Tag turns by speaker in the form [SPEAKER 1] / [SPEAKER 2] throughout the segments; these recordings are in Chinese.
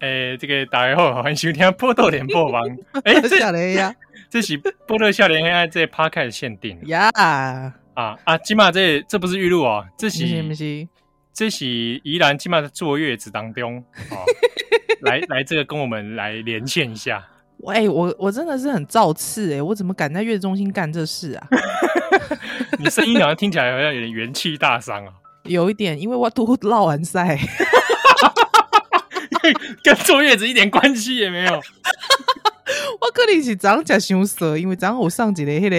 [SPEAKER 1] 诶、这个大家好，欢 迎收听《波多联播网》 诶、
[SPEAKER 2] 下
[SPEAKER 1] 这
[SPEAKER 2] 来呀
[SPEAKER 1] 这是《波多笑脸恋爱》这 p 开 d 限定
[SPEAKER 2] 呀，
[SPEAKER 1] 啊啊！今嘛这这不是预录哦，这
[SPEAKER 2] 不是不
[SPEAKER 1] 是
[SPEAKER 2] 是，
[SPEAKER 1] 这是宜兰今嘛在坐月子当中哦，来来这个跟我们来连线一下。
[SPEAKER 2] 我哎、我我真的是很造次哎、我怎么敢在月子中心干这事啊？
[SPEAKER 1] 你声音好像听起来好像有点元气大伤啊，
[SPEAKER 2] 有一点，因为我都绕完赛，
[SPEAKER 1] 跟坐月子一点关系也没有。
[SPEAKER 2] 我可能是早上吃伤蛇，因为早上我上几个迄、个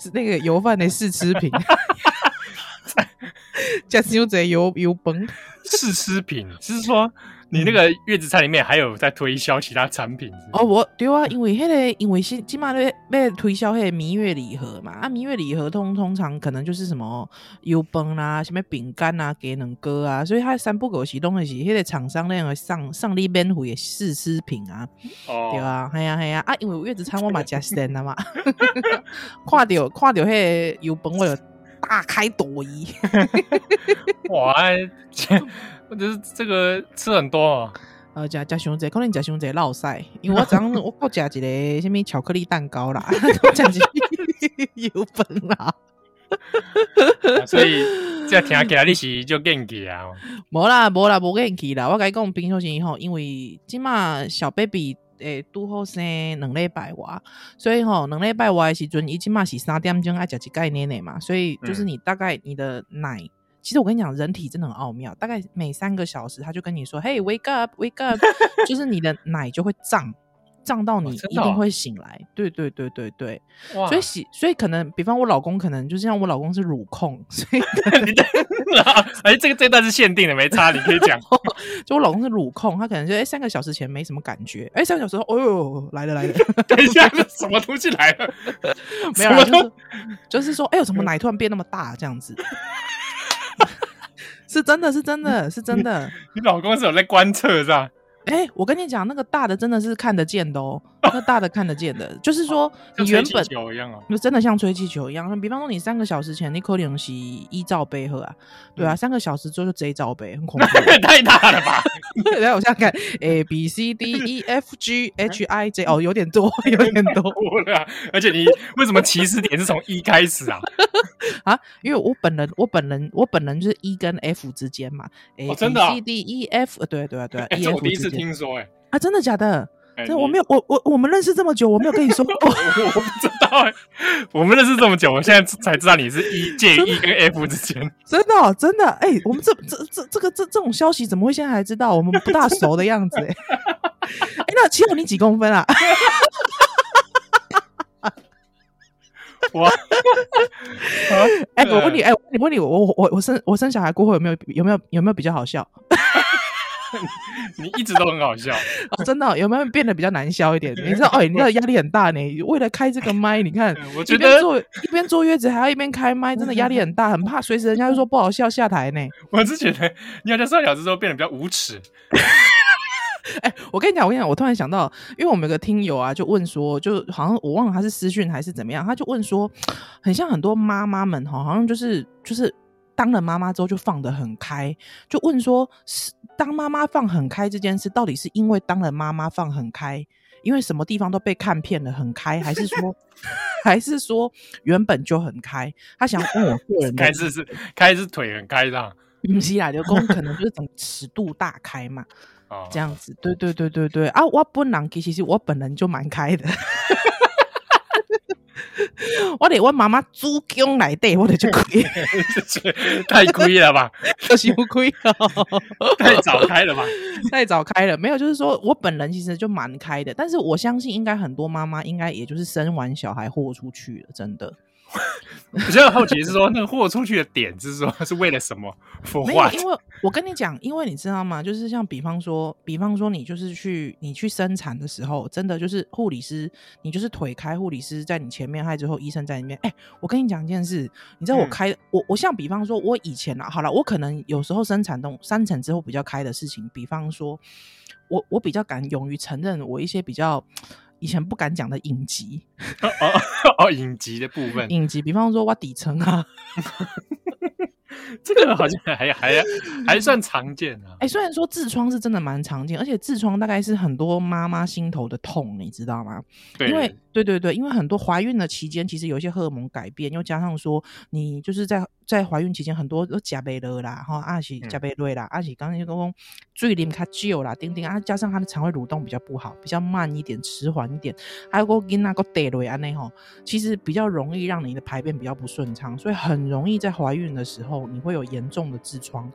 [SPEAKER 2] 是那个油饭的试吃品，吃伤侪油油崩，
[SPEAKER 1] 试吃品是说你那个月子餐里面还有在推销其他产品是不是
[SPEAKER 2] 哦，我对啊，因为迄、个，因为是即码咧咧推销迄个蜜月礼盒嘛，啊，蜜月礼盒通通常可能就是什么油崩啦、什么饼干啦、鸡卵糕啊，所以它三不狗时拢的是迄个厂商那个上上里边会的试吃品啊，对
[SPEAKER 1] 哦，
[SPEAKER 2] 啊，系啊系啊，啊，因为有月子餐我嘛食鲜啊嘛， 看着看着迄个油崩我就大开朵颐，
[SPEAKER 1] 哇，哎我觉得 这个吃很多哦。
[SPEAKER 2] 呃，食食伤济，可能食伤济落屎，因为我昨昏我搁食一个什物巧克力蛋糕啦， 搁食一个 油崩啦。
[SPEAKER 1] 啊所 以这听起来你是就更气啊！
[SPEAKER 2] 无啦，无啦，无瘾去啦。我甲你讲，平常时吼，因为即马小 baby 诶拄好生两礼拜外，所以吼两礼拜外的时阵，伊即马是三点钟爱食一概奶奶嘛，所以就是
[SPEAKER 1] 嗯
[SPEAKER 2] 你大概你的奶。其实我跟你讲，人体真的很奥妙，大概每三个小时，他就跟你说：“Hey, wake up, wake up！” 就是你的奶就会胀，胀到你
[SPEAKER 1] 哦真
[SPEAKER 2] 一
[SPEAKER 1] 的哦
[SPEAKER 2] 定会醒来。对对对对对，
[SPEAKER 1] 哇，
[SPEAKER 2] 所以洗，所以可能，比方我老公可能就是像我老公是乳控，所以
[SPEAKER 1] 你的 哎，这个这段是限定的，没差，你可以 讲。
[SPEAKER 2] 哦就我老公是乳控，他可能就哎、诶三个小时前没什么感觉，哎、三个小时后，哦呦来了来 了，
[SPEAKER 1] 等一下，这什么东西来了？
[SPEAKER 2] 没有啦，
[SPEAKER 1] 什么嗯
[SPEAKER 2] 就是就是说，哎、呦，怎么奶突然变那么大这样子？ 是真的是真的是真的，
[SPEAKER 1] 你老公是有在观测是吧？
[SPEAKER 2] 哎、我跟你讲，那个大的真的是看得见的哦，那个大的看得见的，就是说
[SPEAKER 1] 像
[SPEAKER 2] 你
[SPEAKER 1] 吹
[SPEAKER 2] 原
[SPEAKER 1] 气
[SPEAKER 2] 本
[SPEAKER 1] 球一样哦。
[SPEAKER 2] 就真的像吹气球一样。比方说，你三个小时前你可能是一罩杯喝啊，对啊，
[SPEAKER 1] 嗯
[SPEAKER 2] 三个小时之后就一罩杯，很恐怖。
[SPEAKER 1] 太大了吧？
[SPEAKER 2] 来，我想想看，A B C D E F G H I J，哦，有点 多，有点多
[SPEAKER 1] 哭了，而且你为什么起始点是从一开始啊？
[SPEAKER 2] 啊！因为我本人，我本人，我本人就是 E 跟 F 之间嘛，A
[SPEAKER 1] 哦
[SPEAKER 2] B
[SPEAKER 1] 真的啊
[SPEAKER 2] C D E F，呃对对对
[SPEAKER 1] 哎，
[SPEAKER 2] ，E
[SPEAKER 1] 这
[SPEAKER 2] F
[SPEAKER 1] 我第一次
[SPEAKER 2] 之间
[SPEAKER 1] 听说，哎，
[SPEAKER 2] 啊，真的假的？
[SPEAKER 1] 哎
[SPEAKER 2] 这我
[SPEAKER 1] 你
[SPEAKER 2] 没有，我我我们认识这么久，我没有跟你说 过，
[SPEAKER 1] 我我不知道哎、我们认识这么久，我现在才知道你是一介于 E 跟 F 之间。
[SPEAKER 2] 真的哦真的，哎，我们这这这这个这这种消息怎么会现在还知道？我们不大熟的样子，哎，哎，那七友你几公分啊？
[SPEAKER 1] 哇！啊
[SPEAKER 2] 哎，我问你，，哎，我问你，我我我我生我生小孩过后有没有有没有有没有比较好笑？
[SPEAKER 1] 你一直都很好 笑。
[SPEAKER 2] 哦，真的哦、有没有变得比较难消一点？你知道，哦，你知道压力很大呢。为了开这个麦，你看，
[SPEAKER 1] 嗯我
[SPEAKER 2] 一
[SPEAKER 1] 觉
[SPEAKER 2] 边
[SPEAKER 1] 得，
[SPEAKER 2] 坐一边坐月子，还要一边开麦，真的压力很大，很怕随时人家就说不好笑下台呢。
[SPEAKER 1] 我是觉得你好像上小时之后变得比较无耻。
[SPEAKER 2] 我跟你讲，我跟你讲，我突然想到，因为我们有个听友啊，就问说，就好像我忘了他是私讯还是怎么样，他就问说，很像很多妈妈们哈，好像就是就是当了妈妈之后就放得很开，就问说，是当妈妈放很开这件事，到底是因为当了妈妈放很开，因为什么地方都被看遍了很开，还 是说，还是说原本就很开？他想问我个人的
[SPEAKER 1] 开始是开始腿很开朗
[SPEAKER 2] 不是啦，就公可能就是整个尺度大开嘛，
[SPEAKER 1] 啊，
[SPEAKER 2] 这样子。对对对对对啊！我本人其实我本人就蛮开的， 我得我妈妈祖宫来对，我得就开，
[SPEAKER 1] 太亏了吧？
[SPEAKER 2] 就是不开了，
[SPEAKER 1] 太早开了吧？
[SPEAKER 2] 太早开了。没有，就是说我本人其实就蛮开的，但是我相信应该很多妈妈应该也就是生完小孩豁出去了，真的。
[SPEAKER 1] 我现在好奇是说，那个豁出去的点是说是为了什么？For
[SPEAKER 2] 没有，
[SPEAKER 1] what？
[SPEAKER 2] 因为我跟你讲，因为你知道吗？就是像比方说，比方说你就是去你去生产的时候，真的就是护理师，你就是腿开，护理师在你前面，还之后医生在你面。哎、我跟你讲一件事，你知道我
[SPEAKER 1] 嗯
[SPEAKER 2] 开、我我像比方说，我以前啊，好了，我可能有时候生产动生产之后比较开的事情，比方说，我我比较敢勇于承认我一些比较以前不敢讲的隐疾，
[SPEAKER 1] 哦哦，影集的部分
[SPEAKER 2] 影集，比方说我底层啊，
[SPEAKER 1] 这个好像还还还算常见啊。
[SPEAKER 2] 哎、虽然说痔疮是真的蛮常见，而且痔疮大概是很多妈妈心头的痛，你知道吗？
[SPEAKER 1] 对，
[SPEAKER 2] 因为对对对，因为很多怀孕的期间，其实有一些荷尔蒙改变，又加上说你就是在在怀孕期间很多都加倍勒啦，哈，啊阿喜加倍瑞啦，阿喜刚刚就讲最淋卡久啦，丁丁啊，加上他的肠胃蠕动比较不好，比较慢一点，迟缓一点，还有个跟那个得瑞安内吼，其实比较容易让你的排便比较不顺畅，所以很容易在怀孕的时候你会有严重的痔疮。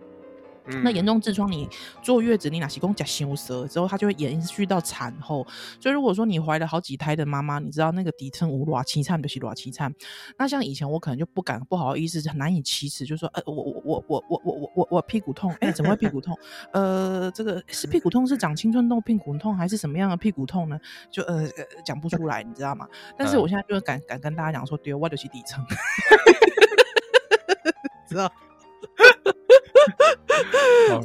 [SPEAKER 1] 嗯
[SPEAKER 2] 那严重痔疮，你坐月子，你哪些公假修舌之后，它就会延续到产后。所以如果说你怀了好几胎的妈妈，你知道那个底层无卵期产就是卵期产。那像以前我可能就不敢不好意思，难以启齿，就说呃我我我我我我我我我屁股痛，哎、怎么会屁股痛？ 呃，这个是屁股痛是长青春痘屁股痛还是什么样的屁股痛呢？就呃呃讲不出来，你知道吗？但是我现在就敢敢跟大家讲说，对，我就是底层，知道？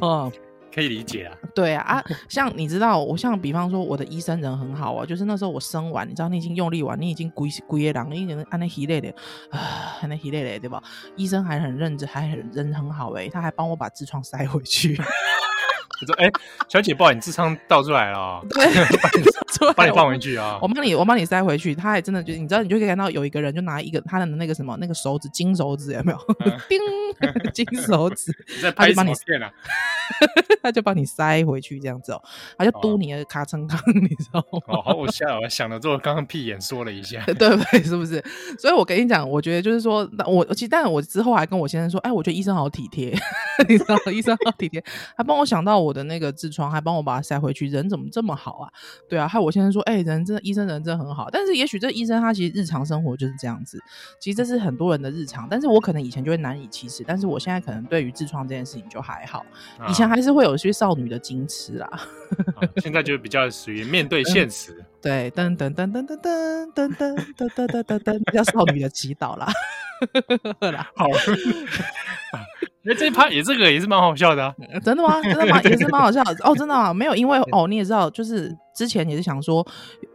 [SPEAKER 2] 哦，
[SPEAKER 1] 可以理解啊。
[SPEAKER 2] 对啊，啊像你知道，我像比方说，我的医生人很好啊，就是那时候我生完，你知道你已经用力完，你已经鬼鬼也狼，你已经按那疲累的，啊，按那疲累的，对吧？医生还很认真，还很人很好哎、他还帮我把痔疮塞回 去，
[SPEAKER 1] 我说，哎、小姐，不好意思，你痔疮倒出来了哦，
[SPEAKER 2] 对，
[SPEAKER 1] 帮你放回去啊、
[SPEAKER 2] 我帮你，我帮你塞回去。他还真的就你知道，你就可以看到有一个人就拿一个他的那个什么那个手指金手指有没有？
[SPEAKER 1] 嗯
[SPEAKER 2] 叮，金手指，
[SPEAKER 1] 你在
[SPEAKER 2] 他
[SPEAKER 1] 拍
[SPEAKER 2] 就
[SPEAKER 1] 什
[SPEAKER 2] 帮你
[SPEAKER 1] 么片啊？
[SPEAKER 2] 他就帮你塞回去这样子哦，他就嘟你的卡层康， 你知道吗？，
[SPEAKER 1] 哦，好，我吓，我想了之后，刚刚闭眼说了一下
[SPEAKER 2] 对不对？是不是？所以我跟你讲，我觉得就是说，那我其实，但我之后还跟我先生说，哎，我觉得医生好体贴， 你知道吗，医生好体贴，还帮我想到我的那个痔疮，还帮我把它塞回去，人怎么这么好啊？对啊，害我先生说，哎，人真的医生人真的很好，但是也许这医生他其实日常生活就是这样子，其实这是很多人的日常，但是我可能以前就会难以启齿，但是我现在可能对于痔疮这件事情就还好，以前
[SPEAKER 1] 啊、
[SPEAKER 2] 还是会有一些少女的矜持啦。
[SPEAKER 1] 啊现在就比较属于面对现实。
[SPEAKER 2] 对，噔噔噔噔噔噔噔噔噔噔噔噔，叫少女的祈祷啦。
[SPEAKER 1] 好，那哎这一趴也这个也是蛮好笑的啊。
[SPEAKER 2] 真的吗？真的吗？也是蛮好笑的哦，真的啊，没有，因为哦，你也知道，就是之前也是想说，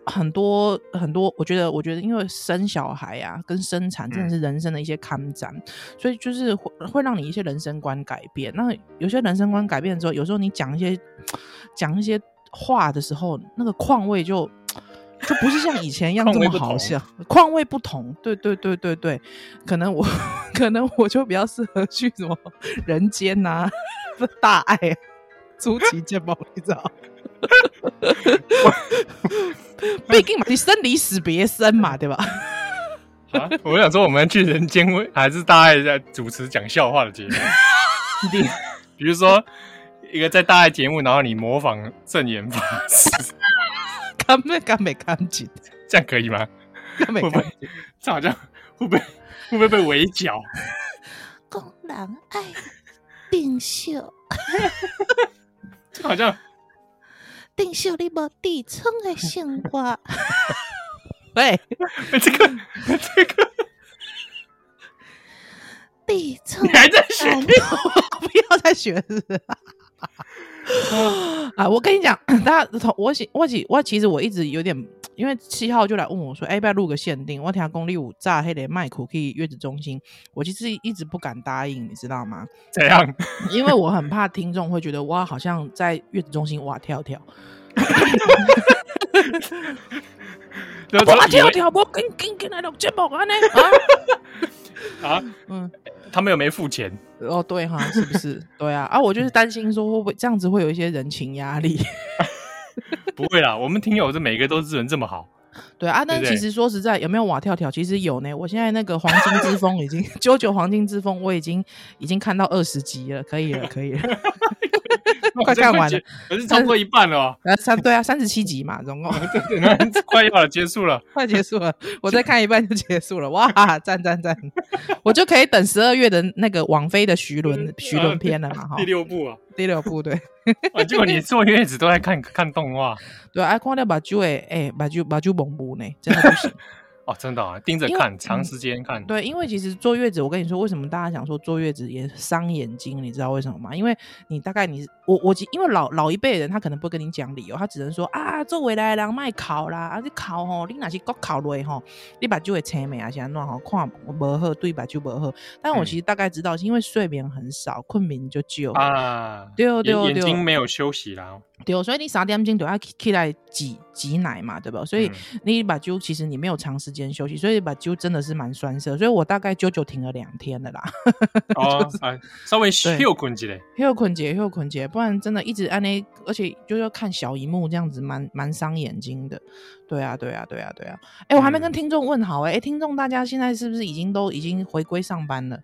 [SPEAKER 2] 很多很多，我觉得，我觉得，因为生小孩啊，跟生产真的是人生的一些看展，所以就是会会让你一些人生观改变。那有些人生观改变之后，有时候你讲一些讲一些话的时候，那个况味就就不是像以前一样这
[SPEAKER 1] 况味
[SPEAKER 2] 么
[SPEAKER 1] 不
[SPEAKER 2] 好
[SPEAKER 1] 同
[SPEAKER 2] 笑，况味不同。对对对对对，可能我 可能我就比较适合去什么人间啊呐、 大爱、啊出奇见报，你知道。 毕竟嘛，你生离死别生 嘛，对吧？
[SPEAKER 1] 啊，我想说，我们去人间为还是大爱在主持讲笑话的节目，
[SPEAKER 2] 一定
[SPEAKER 1] 比如说一个在大爱节目，然后你模仿正言法师，
[SPEAKER 2] 干没干没干 净，
[SPEAKER 1] 这样可以吗？
[SPEAKER 2] 干没
[SPEAKER 1] 会不
[SPEAKER 2] 干
[SPEAKER 1] 会这好像会不会会不会被围剿？
[SPEAKER 3] 公人爱 定秀，
[SPEAKER 1] 这好像
[SPEAKER 3] 定秀你无底层的生活，
[SPEAKER 2] 对，
[SPEAKER 1] 这个这个
[SPEAKER 3] 底层
[SPEAKER 1] 你还在学？
[SPEAKER 2] 不要再学是不是 啊！我跟你讲， 大家从我起我起我其实我一直有点，因为七号就来问我说，哎、要不要录个限定？我听公立五炸黑的麦苦可以月子中心，我其实一直不敢答应，你知道吗？
[SPEAKER 1] 怎样？
[SPEAKER 2] 因为我很怕听众会觉得哇，好像在月子中心哇跳跳
[SPEAKER 1] 就是说
[SPEAKER 2] 哇
[SPEAKER 1] 以
[SPEAKER 2] 跳
[SPEAKER 1] 为
[SPEAKER 2] 跳，我跟跟跟来录节目 安尼啊，
[SPEAKER 1] 啊，
[SPEAKER 2] 嗯。
[SPEAKER 1] 他们又没付钱，
[SPEAKER 2] 哦，对哈，是不是？ 对啊，啊，我就是担心说会不会这样子会有一些人情压力，
[SPEAKER 1] 不会啦，我们听友这每个都是人这么好，
[SPEAKER 2] 对啊。
[SPEAKER 1] 对
[SPEAKER 2] 但
[SPEAKER 1] 不
[SPEAKER 2] 是
[SPEAKER 1] 对
[SPEAKER 2] 其实说实在，有没有瓦跳跳？其实有呢。我现在那个黄金之风已经 九九黄金之风，我已经已经看到二十集了，可以了，可以了。 快看完了，
[SPEAKER 1] 可是超过一半了 哦，
[SPEAKER 2] 啊，三对啊，三十七集嘛，总共
[SPEAKER 1] 对对，那快要了，结束了。
[SPEAKER 2] 快结束了，我再看一半就结束了，哇，赞赞赞！ 我就可以等十二月的那个王菲的徐 伦徐伦篇了嘛，哈
[SPEAKER 1] 第，六部 啊，
[SPEAKER 2] 呃第六部对。
[SPEAKER 1] 啊结果你坐月子都在看看动画，
[SPEAKER 2] 啊欸对啊，看了目睭诶，诶、目睭目睭蒙雾呢，真的不行。
[SPEAKER 1] 哦，真的、啊、盯着
[SPEAKER 2] 因为
[SPEAKER 1] 看，长时间看，
[SPEAKER 2] 对，因为其实坐月子，我跟你说，为什么大家想说坐月子也伤眼睛？你知道为什么吗？因为你大概你我我其因为老老一辈人他可能不会跟你讲理由，他只能说啊，做未来人卖考啦，啊你考吼，你哪些国考类吼，你把酒给青美啊，现在弄好看不好，对把酒不好。但
[SPEAKER 1] 嗯
[SPEAKER 2] 我其实大概知道，是因为睡眠很少，困眠就久
[SPEAKER 1] 啊，
[SPEAKER 2] 对哦对
[SPEAKER 1] 眼
[SPEAKER 2] 哦
[SPEAKER 1] 眼
[SPEAKER 2] 对哦
[SPEAKER 1] 睛没有休息啦，
[SPEAKER 2] 对哦，所以你三点钟都要起起来挤挤奶嘛，对吧？所以
[SPEAKER 1] 嗯
[SPEAKER 2] 你把灸其实你没有长时间休息，所以把灸真的是蛮酸涩。所以我大概灸灸停了两天的啦，
[SPEAKER 1] 哦，哎，稍微
[SPEAKER 2] 对
[SPEAKER 1] 休困一下，
[SPEAKER 2] 又捆结又捆结，不然真的一直按那，而且就要看小荧幕这样子，蛮蛮伤眼睛的。对啊，对啊，对啊，对啊。哎，我还没
[SPEAKER 1] 嗯
[SPEAKER 2] 跟听众问好哎、诶听众大家现在是不是已经都已经回归上班了？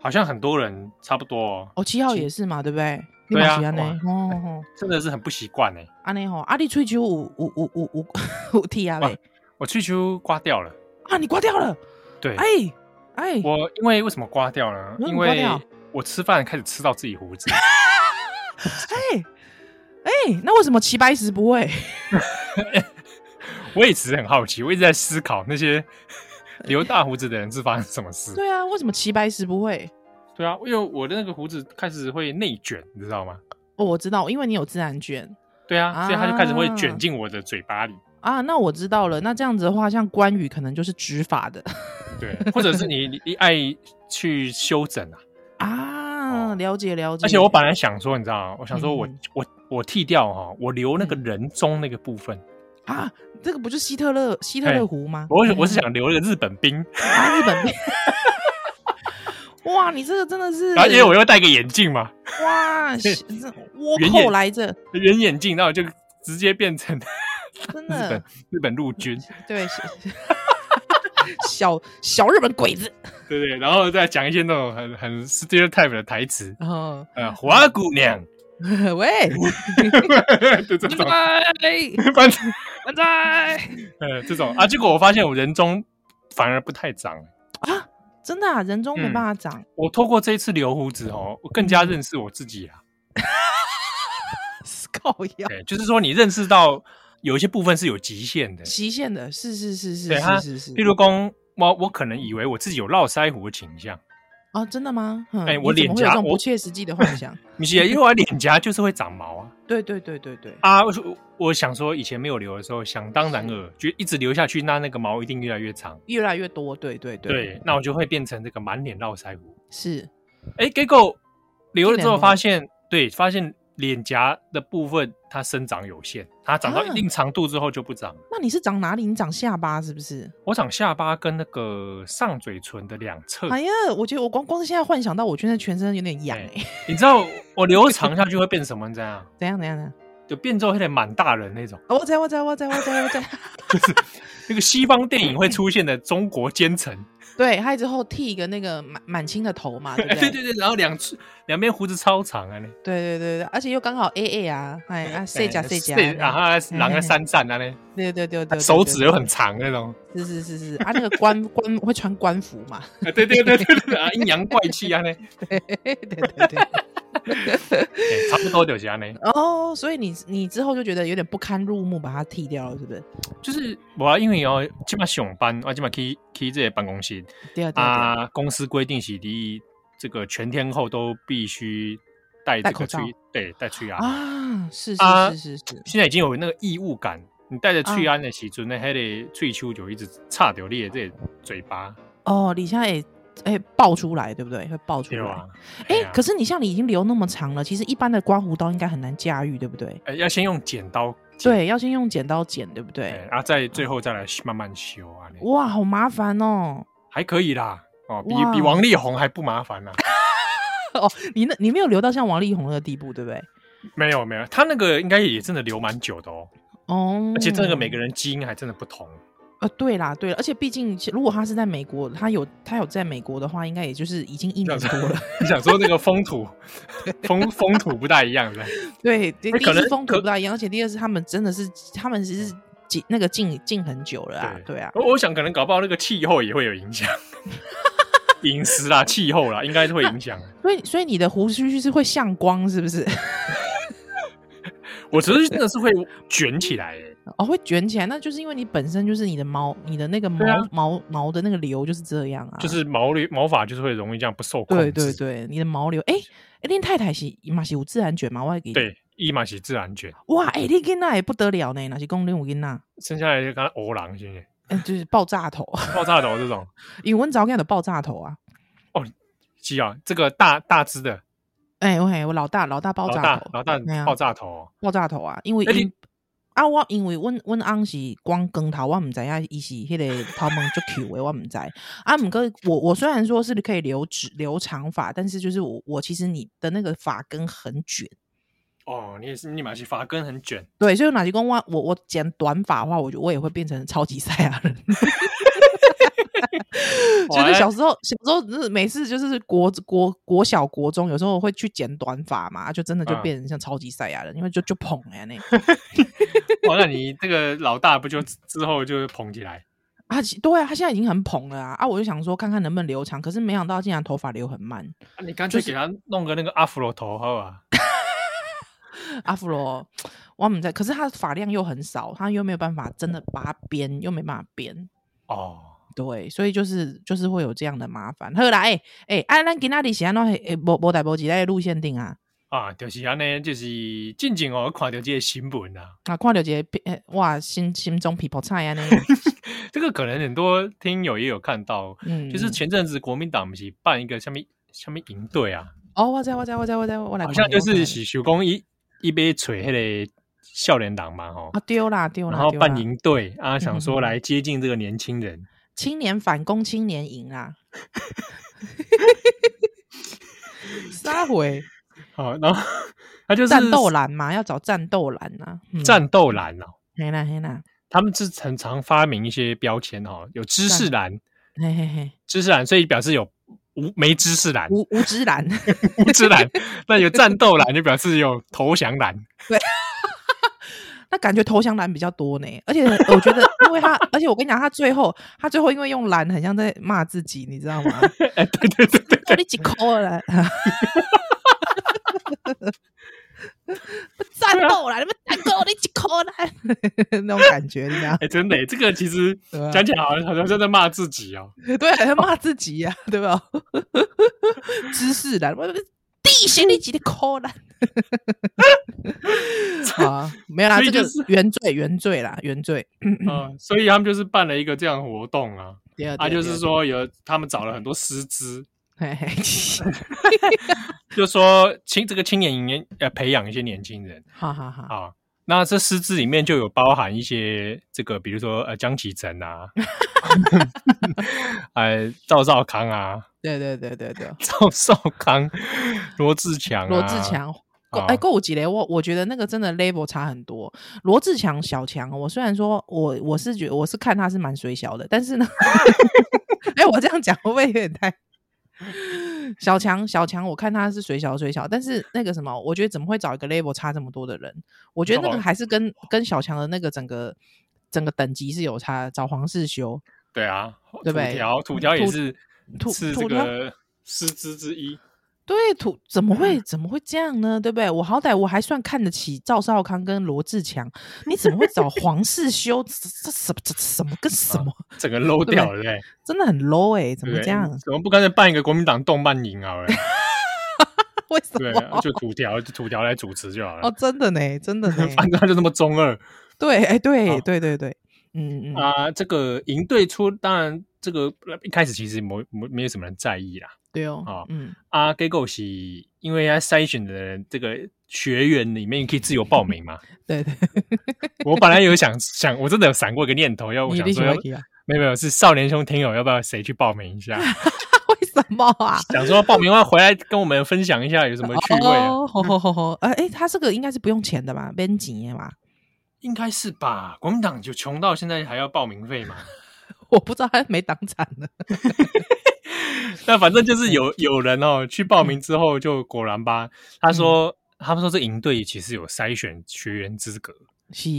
[SPEAKER 1] 好像很多人差不多哦，
[SPEAKER 2] 哦，七号
[SPEAKER 1] 是
[SPEAKER 2] 也是嘛，对不对？你
[SPEAKER 1] 对啊
[SPEAKER 2] 嘛是安内
[SPEAKER 1] 哇
[SPEAKER 2] 哦哦，
[SPEAKER 1] 真的是很不习惯哎。
[SPEAKER 2] 安内吼，啊你吹球五五五五 五五 T 啊嘞，
[SPEAKER 1] 我气球刮掉了，
[SPEAKER 2] 啊你挂掉了，
[SPEAKER 1] 对，
[SPEAKER 2] 哎哎，
[SPEAKER 1] 我因为为什么刮掉呢？
[SPEAKER 2] 为什么
[SPEAKER 1] 因
[SPEAKER 2] 刮
[SPEAKER 1] 为
[SPEAKER 2] 掉
[SPEAKER 1] 我吃饭开始吃到自己胡子，
[SPEAKER 2] 哎哎，那为什么齐白石不会？
[SPEAKER 1] 我也只是很好奇，我一直在思考那 些留大胡子的人是发生什么事。
[SPEAKER 2] 对啊，为什么齐白石不会？
[SPEAKER 1] 对啊，因为我的那个胡子开始会内卷，你知道吗？
[SPEAKER 2] 哦，我知道，因为你有自然卷
[SPEAKER 1] 对啊，所以它就开始会
[SPEAKER 2] 啊
[SPEAKER 1] 卷进我的嘴巴里。
[SPEAKER 2] 啊。那我知道了。那这样子的话，像关羽可能就是执法的
[SPEAKER 1] 对，或者是你你你爱去修整 啊。
[SPEAKER 2] 啊。
[SPEAKER 1] 哦
[SPEAKER 2] 了解了解。
[SPEAKER 1] 而且我本来想说，你知道吗？我想说我
[SPEAKER 2] 嗯
[SPEAKER 1] 我我剃掉哈，我留那个
[SPEAKER 2] 嗯
[SPEAKER 1] 人中那个部分。
[SPEAKER 2] 啊，这个不就希特勒希特勒
[SPEAKER 1] 哎
[SPEAKER 2] 湖吗？
[SPEAKER 1] 我我是想留那个日本兵，
[SPEAKER 2] 啊，日本兵。 哇，你这个真的是
[SPEAKER 1] 啊然后因为我又戴个眼镜嘛，
[SPEAKER 2] 哇，这倭
[SPEAKER 1] 远
[SPEAKER 2] 寇
[SPEAKER 1] 眼
[SPEAKER 2] 来着，
[SPEAKER 1] 圆眼镜，然后就直接变成
[SPEAKER 2] 真
[SPEAKER 1] 日本
[SPEAKER 2] 的
[SPEAKER 1] 日本陆军，
[SPEAKER 2] 对。是小小日本鬼子，
[SPEAKER 1] 对不对？然后再讲一些那种很很 stereotype 的台词，
[SPEAKER 2] 然后
[SPEAKER 1] 呃，花姑娘，
[SPEAKER 2] 嗯 喂，
[SPEAKER 1] 就这 种，
[SPEAKER 2] 拜
[SPEAKER 1] 反正
[SPEAKER 2] 拜。
[SPEAKER 1] 呃这种啊，结果我发现我人中反而不太长。
[SPEAKER 2] 真的啊，人中没
[SPEAKER 1] 嗯
[SPEAKER 2] 办法长，
[SPEAKER 1] 我透过这一次留胡子哦，我更加认识我自己啦。
[SPEAKER 2] 是 靠腰
[SPEAKER 1] 对，就是说你认识到有一些部分是有极限的，
[SPEAKER 2] 极限的，是是是是
[SPEAKER 1] 对
[SPEAKER 2] 是
[SPEAKER 1] 他
[SPEAKER 2] 是是，
[SPEAKER 1] 例如讲，我我可能以为我自己有络腮胡的倾向，
[SPEAKER 2] 啊，真的吗？
[SPEAKER 1] 哎
[SPEAKER 2] 哎
[SPEAKER 1] 我脸
[SPEAKER 2] 会有
[SPEAKER 1] 颊
[SPEAKER 2] 这种不
[SPEAKER 1] 我
[SPEAKER 2] 切实际的幻想，
[SPEAKER 1] 你是因为我脸颊就是会长毛啊。
[SPEAKER 2] 对对对对对，
[SPEAKER 1] 啊，我我想说，以前没有留的时候，想当然尔，就一直留下去，那那个毛一定越来越长。
[SPEAKER 2] 越来越多，对对
[SPEAKER 1] 对，，那我就会变成这个满脸络腮胡。
[SPEAKER 2] 是
[SPEAKER 1] 哎，结果留了之
[SPEAKER 2] 竟然没有
[SPEAKER 1] 后发现，对，发现脸颊的部分它生长有限，它长到
[SPEAKER 2] 啊
[SPEAKER 1] 一定长度之后就不长了。
[SPEAKER 2] 那你是长哪里？你长下巴是不是？
[SPEAKER 1] 我长下巴跟那个上嘴唇的两侧，
[SPEAKER 2] 哎呀，我觉得我光光是现在幻想到，我觉得全身有点痒
[SPEAKER 1] 哎
[SPEAKER 2] 哎。
[SPEAKER 1] 你知道我留长下去会变什么？你知道吗？
[SPEAKER 2] 怎样怎样怎样？
[SPEAKER 1] 就变做有点满大人那种，
[SPEAKER 2] 哦我在我在我在我在我在，
[SPEAKER 1] 那个西方电影会出现的中国奸臣。
[SPEAKER 2] 对，还有之后剃一个那个满满清的头嘛，对不
[SPEAKER 1] 哎对
[SPEAKER 2] 对？
[SPEAKER 1] 对对，然后两侧两边胡子超长啊，那
[SPEAKER 2] 对对对对，而且又刚好 A A 啊，哎啊，谁家谁家，
[SPEAKER 1] 然后狼在山站啊，那
[SPEAKER 2] 对对对对，对
[SPEAKER 1] 啊手指
[SPEAKER 2] 对
[SPEAKER 1] 又很长那种，
[SPEAKER 2] 是是是是啊，那个官官会穿官服嘛？
[SPEAKER 1] 啊对对对对对，啊阴阳怪气啊，那
[SPEAKER 2] 对 对对对。
[SPEAKER 1] 哎差不多就是啊，那
[SPEAKER 2] 哦，所以你你之后就觉得有点不堪入目，把它剃掉了，是不是？
[SPEAKER 1] 就是我因为哦，基本上班，我基本去去这些办公室
[SPEAKER 2] 对啊对啊，
[SPEAKER 1] 啊，公司规定是你这个全天候都必须戴这
[SPEAKER 2] 戴口
[SPEAKER 1] 个
[SPEAKER 2] 罩
[SPEAKER 1] 吹，对，戴吹
[SPEAKER 2] 对
[SPEAKER 1] 啊
[SPEAKER 2] 啊。啊，是
[SPEAKER 1] 啊
[SPEAKER 2] 是是是是，
[SPEAKER 1] 现在已经有那个异物感。你戴着
[SPEAKER 2] 啊
[SPEAKER 1] 翠安的时阵，那还得翠秋就一直插掉你的这个嘴巴，
[SPEAKER 2] 哦，你现在也哎爆出来，对不对？会爆出
[SPEAKER 1] 对啊
[SPEAKER 2] 来
[SPEAKER 1] 吧。？
[SPEAKER 2] 哎、
[SPEAKER 1] 呀
[SPEAKER 2] 可是你像你已经留那么长了，其实一般的刮胡刀应该很难驾驭，对不对？
[SPEAKER 1] 呃，要先用剪刀剪，
[SPEAKER 2] 对，要先用剪刀剪，对不对？
[SPEAKER 1] 然后再最后再来慢慢修啊，那
[SPEAKER 2] 哇，好麻烦哦！
[SPEAKER 1] 还可以啦，哦，比
[SPEAKER 2] 哇
[SPEAKER 1] 比王力宏还不麻烦啊啦。
[SPEAKER 2] 哦，你那你没有留到像王力宏的地步，对不对？
[SPEAKER 1] 没有没有，他那个应该也真的留蛮久的哦，
[SPEAKER 2] 哦，
[SPEAKER 1] 而且这个每个人基因还真的不同，
[SPEAKER 2] 呃，对啦，对啦，而且毕竟其如果他是在美国，他有他有在美国的话，应该也就是已经一
[SPEAKER 1] 这样
[SPEAKER 2] 年
[SPEAKER 1] 子
[SPEAKER 2] 多了。
[SPEAKER 1] 你想说那个风 土风风土不大一样的，
[SPEAKER 2] 对，第
[SPEAKER 1] 那
[SPEAKER 2] 第
[SPEAKER 1] 哎可
[SPEAKER 2] 一是
[SPEAKER 1] 能
[SPEAKER 2] 风土
[SPEAKER 1] 可
[SPEAKER 2] 不大一样，而且第二是他们真的是他们其实禁那个禁禁很久了啊，对啊，
[SPEAKER 1] 我我想可能搞不好那个气候也会有影响，饮食啦、气候啦，应该是会影响的。
[SPEAKER 2] 所以所以你的胡须是会向光是不是？
[SPEAKER 1] 我只是真的是会卷起来耶，
[SPEAKER 2] 哦，会卷起来，那就是因为你本身就是你的毛，你的那个毛、
[SPEAKER 1] 对啊
[SPEAKER 2] 毛毛的那个流就是这样啊，
[SPEAKER 1] 就是毛流毛发就是会容易这样不受控
[SPEAKER 2] 对
[SPEAKER 1] 制。
[SPEAKER 2] 对对，你的毛流，哎、哎，恁太太是嘛是有自然卷嘛，我给
[SPEAKER 1] 对，一马是自然卷，
[SPEAKER 2] 哇，哎、你囡仔也不得了呢，哪是公恁有囡仔，
[SPEAKER 1] 生下来就刚欧狼，行不行？
[SPEAKER 2] 哎就是爆炸头，
[SPEAKER 1] 爆炸头这种，
[SPEAKER 2] 因为阮早间的爆炸头啊，
[SPEAKER 1] 是啊，这个大大只的
[SPEAKER 2] 哎、我嘿我老大老大爆
[SPEAKER 1] 老
[SPEAKER 2] 炸
[SPEAKER 1] 大
[SPEAKER 2] 头，
[SPEAKER 1] 老大
[SPEAKER 2] 哎呀
[SPEAKER 1] 爆炸头哦，
[SPEAKER 2] 爆炸头啊，因为
[SPEAKER 1] 哎你
[SPEAKER 2] 因啊我因为阮阮翁是光光头，我毋知影伊是迄个头毛足球的，我毋知啊。毋过我我虽然说是可以留直留长发，但是就是我我其实你的那个发根很卷，
[SPEAKER 1] 哦，你也是，你马是发根很卷，
[SPEAKER 2] 对，所以哪些公我我我剪短发的话，我就我也会变成超级赛亚人。就是小时候，小时候就是每次就是国国国小国中，有时候会去剪短发嘛，就真的就
[SPEAKER 1] 嗯
[SPEAKER 2] 变成像超级赛亚人，因为就就捧哎那
[SPEAKER 1] 哇，那你这个老大不就之后就捧起来？
[SPEAKER 2] 啊，其对啊，他现在已经很捧了啊啊！我就想说看看能不能留长，可是没想到竟然头发留很慢。
[SPEAKER 1] 啊你干脆
[SPEAKER 2] 就是
[SPEAKER 1] 给他弄个那个阿芙罗头好啊？
[SPEAKER 2] 阿芙罗，我们在，可是他发量又很少，他又没有办法真的把它编，又没办法编，
[SPEAKER 1] 哦，
[SPEAKER 2] 对，所以就是就是会有这样的麻烦。好啦，哎、哎，啊，咱今仔日是安怎诶，无无代无志咱的路线定啊？
[SPEAKER 1] 啊，就是安尼，就是近近哦，看到这些新闻啊，
[SPEAKER 2] 啊，看到一个诶哇，心心中皮 e 菜安尼，
[SPEAKER 1] 这个可能很多听友也有看到，
[SPEAKER 2] 嗯，
[SPEAKER 1] 就是前阵子国民党不是办一个下面下面营队啊，
[SPEAKER 2] 哦，我知我知我知我知，我来
[SPEAKER 1] 好
[SPEAKER 2] 看
[SPEAKER 1] 像
[SPEAKER 2] 一
[SPEAKER 1] 就
[SPEAKER 2] 下我看一
[SPEAKER 1] 是
[SPEAKER 2] 下
[SPEAKER 1] 是手工一一杯锤迄个少年党嘛吼
[SPEAKER 2] 啊，，丢啦丢啦，
[SPEAKER 1] 然后
[SPEAKER 2] 对
[SPEAKER 1] 办
[SPEAKER 2] 啦
[SPEAKER 1] 营队啊，想
[SPEAKER 2] 嗯嗯
[SPEAKER 1] 说
[SPEAKER 2] 嗯
[SPEAKER 1] 来接近这个年轻人，
[SPEAKER 2] 青年反攻青年啊营 啦，撒回
[SPEAKER 1] 好，然后 他就是
[SPEAKER 2] 战斗蓝嘛，要找战斗蓝啊，嗯、
[SPEAKER 1] 战斗栏哦，
[SPEAKER 2] 黑啦黑啦，
[SPEAKER 1] 他们是很常发明一些标签哦，有知识栏，
[SPEAKER 2] 嘿嘿 嘿，
[SPEAKER 1] 知识栏，所以表示有无没知识栏，
[SPEAKER 2] 无无知蓝，
[SPEAKER 1] 无知栏， 那有战斗栏就表示有投降 栏，
[SPEAKER 2] 那感觉投降蓝比较多呢，而且我觉得，因为他，而且我跟你讲，他最后他最后因为用蓝，很像在骂自己，你知 道吗？
[SPEAKER 1] 哎，对对对对，
[SPEAKER 2] 到底几扣 了？战斗啦！你们战斗，你几扣啦？ 那种感觉，你知道？
[SPEAKER 1] 哎，真的耶，这个其实
[SPEAKER 2] 对啊
[SPEAKER 1] 讲起来好像好像真的骂自己 哦，
[SPEAKER 2] 对，啊还要骂自己呀、对吧？ 知识栏，我地形你几的抠栏。好啊，没有啦，
[SPEAKER 1] 所以
[SPEAKER 2] 这个
[SPEAKER 1] 就是
[SPEAKER 2] 原罪，原罪啦，原罪。
[SPEAKER 1] 嗯，所以他们就是办了一个这样的活动啊，
[SPEAKER 2] 第二，
[SPEAKER 1] 啊，
[SPEAKER 2] 对
[SPEAKER 1] 就是，说有他们找了很多师资，
[SPEAKER 2] 对嘿嘿
[SPEAKER 1] 就说青这个青年营呃培养一些年轻人
[SPEAKER 2] 好好好，
[SPEAKER 1] 啊。那这师资里面就有包含一些这个，比如说呃江启臣 啊，呃赵少康啊，
[SPEAKER 2] 对对对对对，
[SPEAKER 1] 赵少康、罗志强、
[SPEAKER 2] 罗志，强。够
[SPEAKER 1] 啊
[SPEAKER 2] 哎，够五级嘞！我我觉得那个真的 level 差很多。罗志强、小强，哦我虽然说我我是觉我是看他是蛮水小的，但是呢，哎，我这样讲会不会有点太？小强，小强，我看他是水小水小，但是那个什么，我觉得怎么会找一个 level 差这么多的人？我觉得那个
[SPEAKER 1] 哦
[SPEAKER 2] 还是跟跟小强的那个整个整个等级是有差的。找黄世修，
[SPEAKER 1] 对啊，
[SPEAKER 2] 对不对
[SPEAKER 1] 土条土条也是
[SPEAKER 2] 土
[SPEAKER 1] 是这
[SPEAKER 2] 土条
[SPEAKER 1] 个师资之一。
[SPEAKER 2] 对，土怎
[SPEAKER 1] 嗯
[SPEAKER 2] 么会怎么会这样呢？对不对？我好歹我还算看得起赵少康跟罗志强，你怎么会找黄世修？这这什么这什么跟什么？
[SPEAKER 1] 整个 low
[SPEAKER 2] 对不对
[SPEAKER 1] 掉了，对不对
[SPEAKER 2] 真的很 low 哎、怎
[SPEAKER 1] 对不啊
[SPEAKER 2] 么
[SPEAKER 1] 对
[SPEAKER 2] 这样？
[SPEAKER 1] 怎么不干脆办一个国民党动漫营好了？
[SPEAKER 2] 为什
[SPEAKER 1] 对，啊
[SPEAKER 2] 么？
[SPEAKER 1] 就土条就土条来主持就好了
[SPEAKER 2] 哦，。真的呢，真的呢。
[SPEAKER 1] 反正他就这么中二
[SPEAKER 2] 对，哎，对
[SPEAKER 1] 好
[SPEAKER 2] 对对对，嗯嗯，
[SPEAKER 1] 啊、这个营队出，当然这个呃一开始其实没没没有什么人在意啦。
[SPEAKER 2] 对哦，
[SPEAKER 1] 好
[SPEAKER 2] 嗯，
[SPEAKER 1] 啊 g a g o 是因为他筛选的人这个学员里面可以自由报 名嘛。
[SPEAKER 2] 对对，
[SPEAKER 1] 我本来有想想，我真的有闪过一个念头，要我
[SPEAKER 2] 你
[SPEAKER 1] 想
[SPEAKER 2] 你
[SPEAKER 1] 说
[SPEAKER 2] 喜
[SPEAKER 1] 要
[SPEAKER 2] 欢，提啊？
[SPEAKER 1] 没有没有，是少年兄听友要不要谁去报名一下？
[SPEAKER 2] 为什么啊？
[SPEAKER 1] 想说报名完回来跟我们分享一下有什么趣味、啊，
[SPEAKER 2] 哦，吼吼吼吼，哎哎，他这个应该是不用钱的吧？编辑的嘛，
[SPEAKER 1] 应该是吧？国民党就穷到现在还要报名费嘛？
[SPEAKER 2] 我不知道他没党产呢。
[SPEAKER 1] 那反正就是有有人哦去报名之后，就果然吧，他说、
[SPEAKER 2] 嗯
[SPEAKER 1] 他们说这营队其实有筛选学员资格
[SPEAKER 2] 是，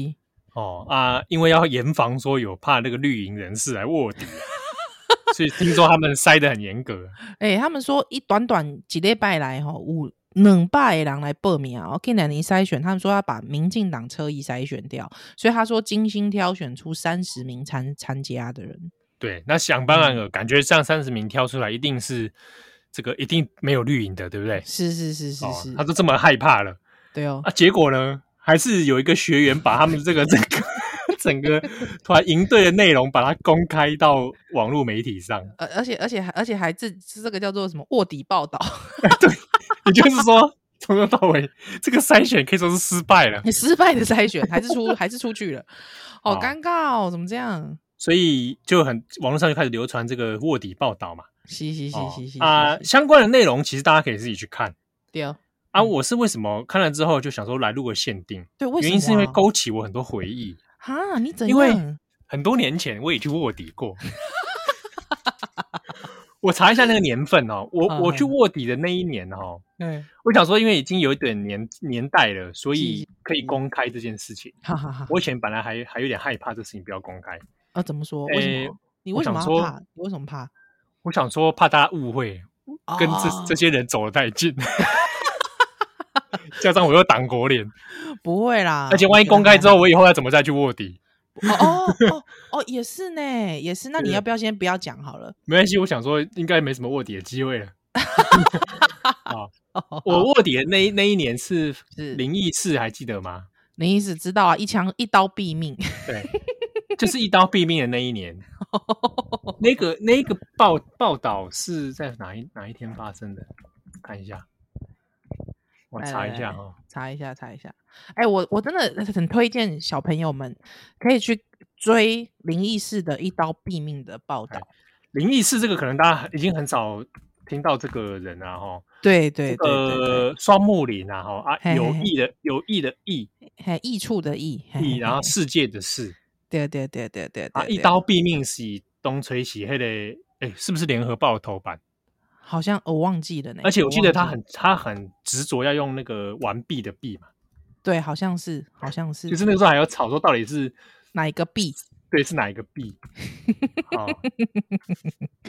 [SPEAKER 1] 哦啊，因为要严防说有怕那个绿营人士来卧底，啊 所以听说他们筛的很严格。
[SPEAKER 2] 欸哎、他们说一短短几礼拜来哈、有两百个人来报名啊，给南宁筛选，他们说要把民进党车衣筛选掉，所以他说精心挑选出三十名参参加的人。
[SPEAKER 1] 对，那想当
[SPEAKER 2] 嗯
[SPEAKER 1] 然了，感觉像三十名挑出来，一定是这个一定没有绿营的，对不对？
[SPEAKER 2] 是是是是是，
[SPEAKER 1] 哦，他都这么害怕了
[SPEAKER 2] 对哦
[SPEAKER 1] 啊，，结果呢，还是有一个学员把他们这个 整个整个团营队的内容把它公开到网络媒体上，
[SPEAKER 2] 而而且而且还而且还这这个叫做什么卧底报道，
[SPEAKER 1] 也就是说， 从头到尾这个筛选可以说是失败了。
[SPEAKER 2] 失败的筛选还是出还是出去了，好
[SPEAKER 1] 哦
[SPEAKER 2] 尴尬哦，怎么这样？
[SPEAKER 1] 所以就很网络上就开始流传这个卧底报道嘛，
[SPEAKER 2] 嘻嘻嘻
[SPEAKER 1] 哦
[SPEAKER 2] 嘻嘻
[SPEAKER 1] 啊，相关的内容其实大家可以自己去看
[SPEAKER 2] 对哦
[SPEAKER 1] 啊。
[SPEAKER 2] 嗯
[SPEAKER 1] 我是为什么看了之后就想说来录个限定，
[SPEAKER 2] 对，为什么啊？
[SPEAKER 1] 原因是因为勾起我很多回忆。
[SPEAKER 2] 哈，你怎
[SPEAKER 1] 因为
[SPEAKER 2] 样？
[SPEAKER 1] 很多年前我也去卧底 过，我查一下那个年份哦，我
[SPEAKER 2] 嗯
[SPEAKER 1] 我去卧底的那一年哦，
[SPEAKER 2] 嗯，
[SPEAKER 1] 我想说因为已经有一点年年代了，所
[SPEAKER 2] 是
[SPEAKER 1] 以可以公开这件事情。
[SPEAKER 2] 哈哈哈。
[SPEAKER 1] 我以前本来还还有点害怕这事情不要公开，
[SPEAKER 2] 啊，怎么说？为什
[SPEAKER 1] 诶
[SPEAKER 2] 么？你
[SPEAKER 1] 我
[SPEAKER 2] 为什
[SPEAKER 1] 想
[SPEAKER 2] 么要
[SPEAKER 1] 说
[SPEAKER 2] 怕？你为什么怕？
[SPEAKER 1] 我想说怕大家误会，跟这、
[SPEAKER 2] 哦
[SPEAKER 1] 这些人走得太近， 加上我又党国脸，
[SPEAKER 2] 不会啦，
[SPEAKER 1] 而且万一
[SPEAKER 2] 我觉得
[SPEAKER 1] 公开
[SPEAKER 2] 还
[SPEAKER 1] 之后，我以后要怎么再去卧底？
[SPEAKER 2] 好，哦哦哦哦，也是呢，也是。那你
[SPEAKER 1] 对
[SPEAKER 2] 要不要先不要讲好了？
[SPEAKER 1] 没关系，我想说应该没什么卧底的机 会了。
[SPEAKER 2] 哦
[SPEAKER 1] 我卧底的那一那一年是
[SPEAKER 2] 是
[SPEAKER 1] 灵异事，还记得吗？
[SPEAKER 2] 林医师知道啊，一枪一刀毙命。
[SPEAKER 1] 对，就是一刀毙命的那一年。那个那个报报道是在哪一哪一天发生的？看一下，我
[SPEAKER 2] 来
[SPEAKER 1] 查
[SPEAKER 2] 来
[SPEAKER 1] 一下哦
[SPEAKER 2] 来
[SPEAKER 1] 哈、
[SPEAKER 2] 查一下，查一下。哎、我我真的很推荐小朋友们可以去追灵异事的一刀毙命的报
[SPEAKER 1] 哎
[SPEAKER 2] 道。
[SPEAKER 1] 灵异事这个可能大家已经很少听到这个人啊哈、
[SPEAKER 2] 对对
[SPEAKER 1] 这
[SPEAKER 2] 对对对，
[SPEAKER 1] 个双木林啊哈啊
[SPEAKER 2] 嘿嘿
[SPEAKER 1] 有
[SPEAKER 2] 嘿
[SPEAKER 1] 意的有意的意
[SPEAKER 2] 还益处的益，嘿
[SPEAKER 1] 意，然后
[SPEAKER 2] 嘿
[SPEAKER 1] 世界的事
[SPEAKER 2] 对对对对对
[SPEAKER 1] 啊，
[SPEAKER 2] 对，
[SPEAKER 1] 一
[SPEAKER 2] 对
[SPEAKER 1] 刀毙命是东吹西黑的。哎，是不是联合报的头版？
[SPEAKER 2] 好像哦我忘记了呢。
[SPEAKER 1] 而且我记得他
[SPEAKER 2] 哎忘记了
[SPEAKER 1] 很他很执着要用那个完毕的毕嘛，
[SPEAKER 2] 对，好像是好像是，
[SPEAKER 1] 就是那个时候还有吵说到底是
[SPEAKER 2] 哪一个币？
[SPEAKER 1] 对，是哪一个 B？好，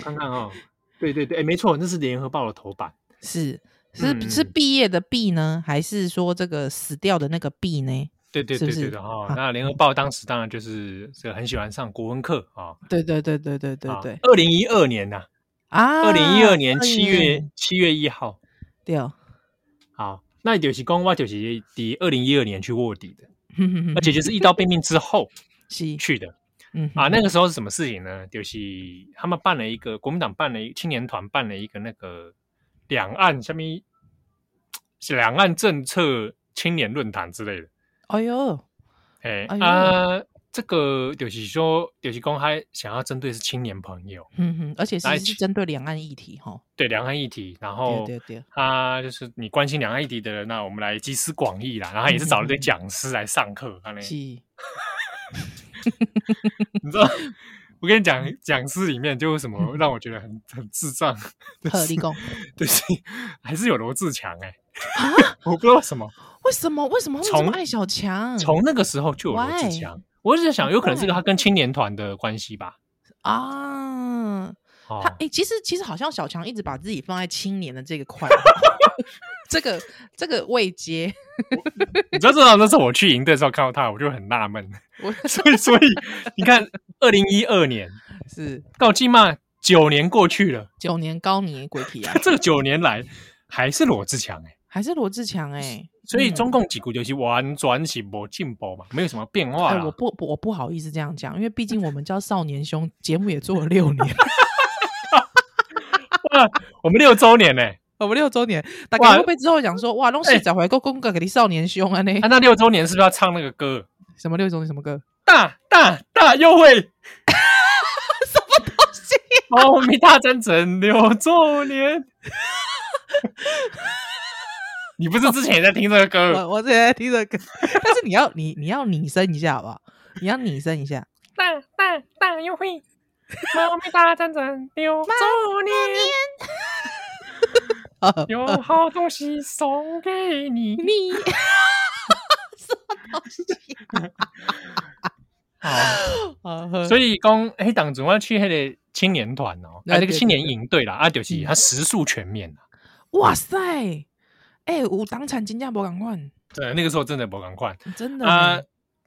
[SPEAKER 1] 看看哦，对对对，哎，没错，那是联合报的头版。
[SPEAKER 2] 是是、
[SPEAKER 1] 嗯
[SPEAKER 2] 是
[SPEAKER 1] 嗯
[SPEAKER 2] 毕业的毕呢，还是说这个死掉的那个毕呢？
[SPEAKER 1] 对对
[SPEAKER 2] 是
[SPEAKER 1] 对
[SPEAKER 2] 不
[SPEAKER 1] 对
[SPEAKER 2] 是
[SPEAKER 1] 的哦，
[SPEAKER 2] 好
[SPEAKER 1] 那联合报当时当然就是这个很喜欢上国文课啊。
[SPEAKER 2] 对对对对对对对
[SPEAKER 1] 二零一二年呐、
[SPEAKER 2] 啊！
[SPEAKER 1] 啊二零一二年七
[SPEAKER 2] 2012
[SPEAKER 1] 月
[SPEAKER 2] 年
[SPEAKER 1] 七月一号，
[SPEAKER 2] 对哦，
[SPEAKER 1] 好，那就是公我就是第二零一二年去卧底的，而
[SPEAKER 2] 而
[SPEAKER 1] 且就是一刀毙命之后
[SPEAKER 2] 是
[SPEAKER 1] 去的
[SPEAKER 2] 嗯
[SPEAKER 1] 啊。
[SPEAKER 2] 哼
[SPEAKER 1] 那个时候是什么事情呢？就是他们办了一个国民党办了一青年团办了一个那个两岸下面是两岸政策青年论坛之类的。
[SPEAKER 2] 哎呦
[SPEAKER 1] 哎、
[SPEAKER 2] 哎呦
[SPEAKER 1] 啊，这个就是说，就是公开想要针对是青年朋友，
[SPEAKER 2] 哼嗯哼，而且
[SPEAKER 1] 来
[SPEAKER 2] 是是
[SPEAKER 1] 去
[SPEAKER 2] 针对两岸议题哈，
[SPEAKER 1] 对两岸议题，然后
[SPEAKER 2] 对对对，
[SPEAKER 1] 啊，就是你关心两岸议题的人，那我们来集思广益啦。然后也是找了一堆
[SPEAKER 2] 嗯嗯嗯
[SPEAKER 1] 讲师来上课，这样呢
[SPEAKER 2] 是
[SPEAKER 1] 你 知道，我跟你讲，
[SPEAKER 2] 嗯
[SPEAKER 1] 讲师里面就有什么让我觉得很很智 障，
[SPEAKER 2] 特嗯立功。
[SPEAKER 1] 就是还是有罗志强哎、
[SPEAKER 2] 啊
[SPEAKER 1] 我不知道为什么，
[SPEAKER 2] 为什么为什么会这么
[SPEAKER 1] 从
[SPEAKER 2] 爱小强？
[SPEAKER 1] 从那个时候就有罗志
[SPEAKER 2] 嗯 Why？
[SPEAKER 1] 强。我一直在想，有可能是
[SPEAKER 2] Why？
[SPEAKER 1] 他跟青年团的关系吧。
[SPEAKER 2] 啊，
[SPEAKER 1] 哦
[SPEAKER 2] 他哎、，欸其实其实好像小强一直把自己放在青年的这个块， 这个这个位阶，
[SPEAKER 1] 你知道，这那时候我去营队的时候看到他，我就很纳闷。
[SPEAKER 2] 我
[SPEAKER 1] 所以，所以你看，二零一二年
[SPEAKER 2] 是
[SPEAKER 1] 告基嘛，九年过去了，，
[SPEAKER 2] 九年高年鬼体啊
[SPEAKER 1] 这九年来还是罗志强哎、
[SPEAKER 2] 还是罗志强哎、
[SPEAKER 1] 所以
[SPEAKER 2] 嗯
[SPEAKER 1] 中共几股就是完全是没进步嘛，没有什么变化
[SPEAKER 2] 哎、
[SPEAKER 1] 啦。
[SPEAKER 2] 我不不我不好意思这样讲，因为毕竟我们叫少年兄，节目也做了六年，
[SPEAKER 1] 哇，我们六周年呢、欸，
[SPEAKER 2] 我们六周年，大
[SPEAKER 1] 哇
[SPEAKER 2] 家会不会之后讲说，哇，弄
[SPEAKER 1] 哎
[SPEAKER 2] 戏找回够公哥给你少年兄啊呢？
[SPEAKER 1] 啊，那六周年是不是要唱那个歌？
[SPEAKER 2] 什么六周年什么歌？
[SPEAKER 1] 大大大优惠， 什
[SPEAKER 2] 啊
[SPEAKER 1] 么东西？ 猫咪大战整六周年。你不是之前也在听这个歌？
[SPEAKER 2] 哦我我之前在听这个歌， 但是你要你你要拟声一下好不好？你要拟声一下，
[SPEAKER 1] 大大大优惠，猫咪大战整六周年，有 好东西送给你。
[SPEAKER 2] 你 什么东西？啊
[SPEAKER 1] 好，
[SPEAKER 2] 好喝
[SPEAKER 1] 所以讲黑党总要去那个青年团哦，哎，
[SPEAKER 2] 对
[SPEAKER 1] 那
[SPEAKER 2] 对
[SPEAKER 1] 个
[SPEAKER 2] 对
[SPEAKER 1] 青年营队啦，啊，就是
[SPEAKER 2] 嗯
[SPEAKER 1] 他时速全面啦
[SPEAKER 2] 哇塞！哎、哎、有党产金价无赶快，
[SPEAKER 1] 对，那个时候真的不敢看
[SPEAKER 2] 真的
[SPEAKER 1] 啊
[SPEAKER 2] 呢。。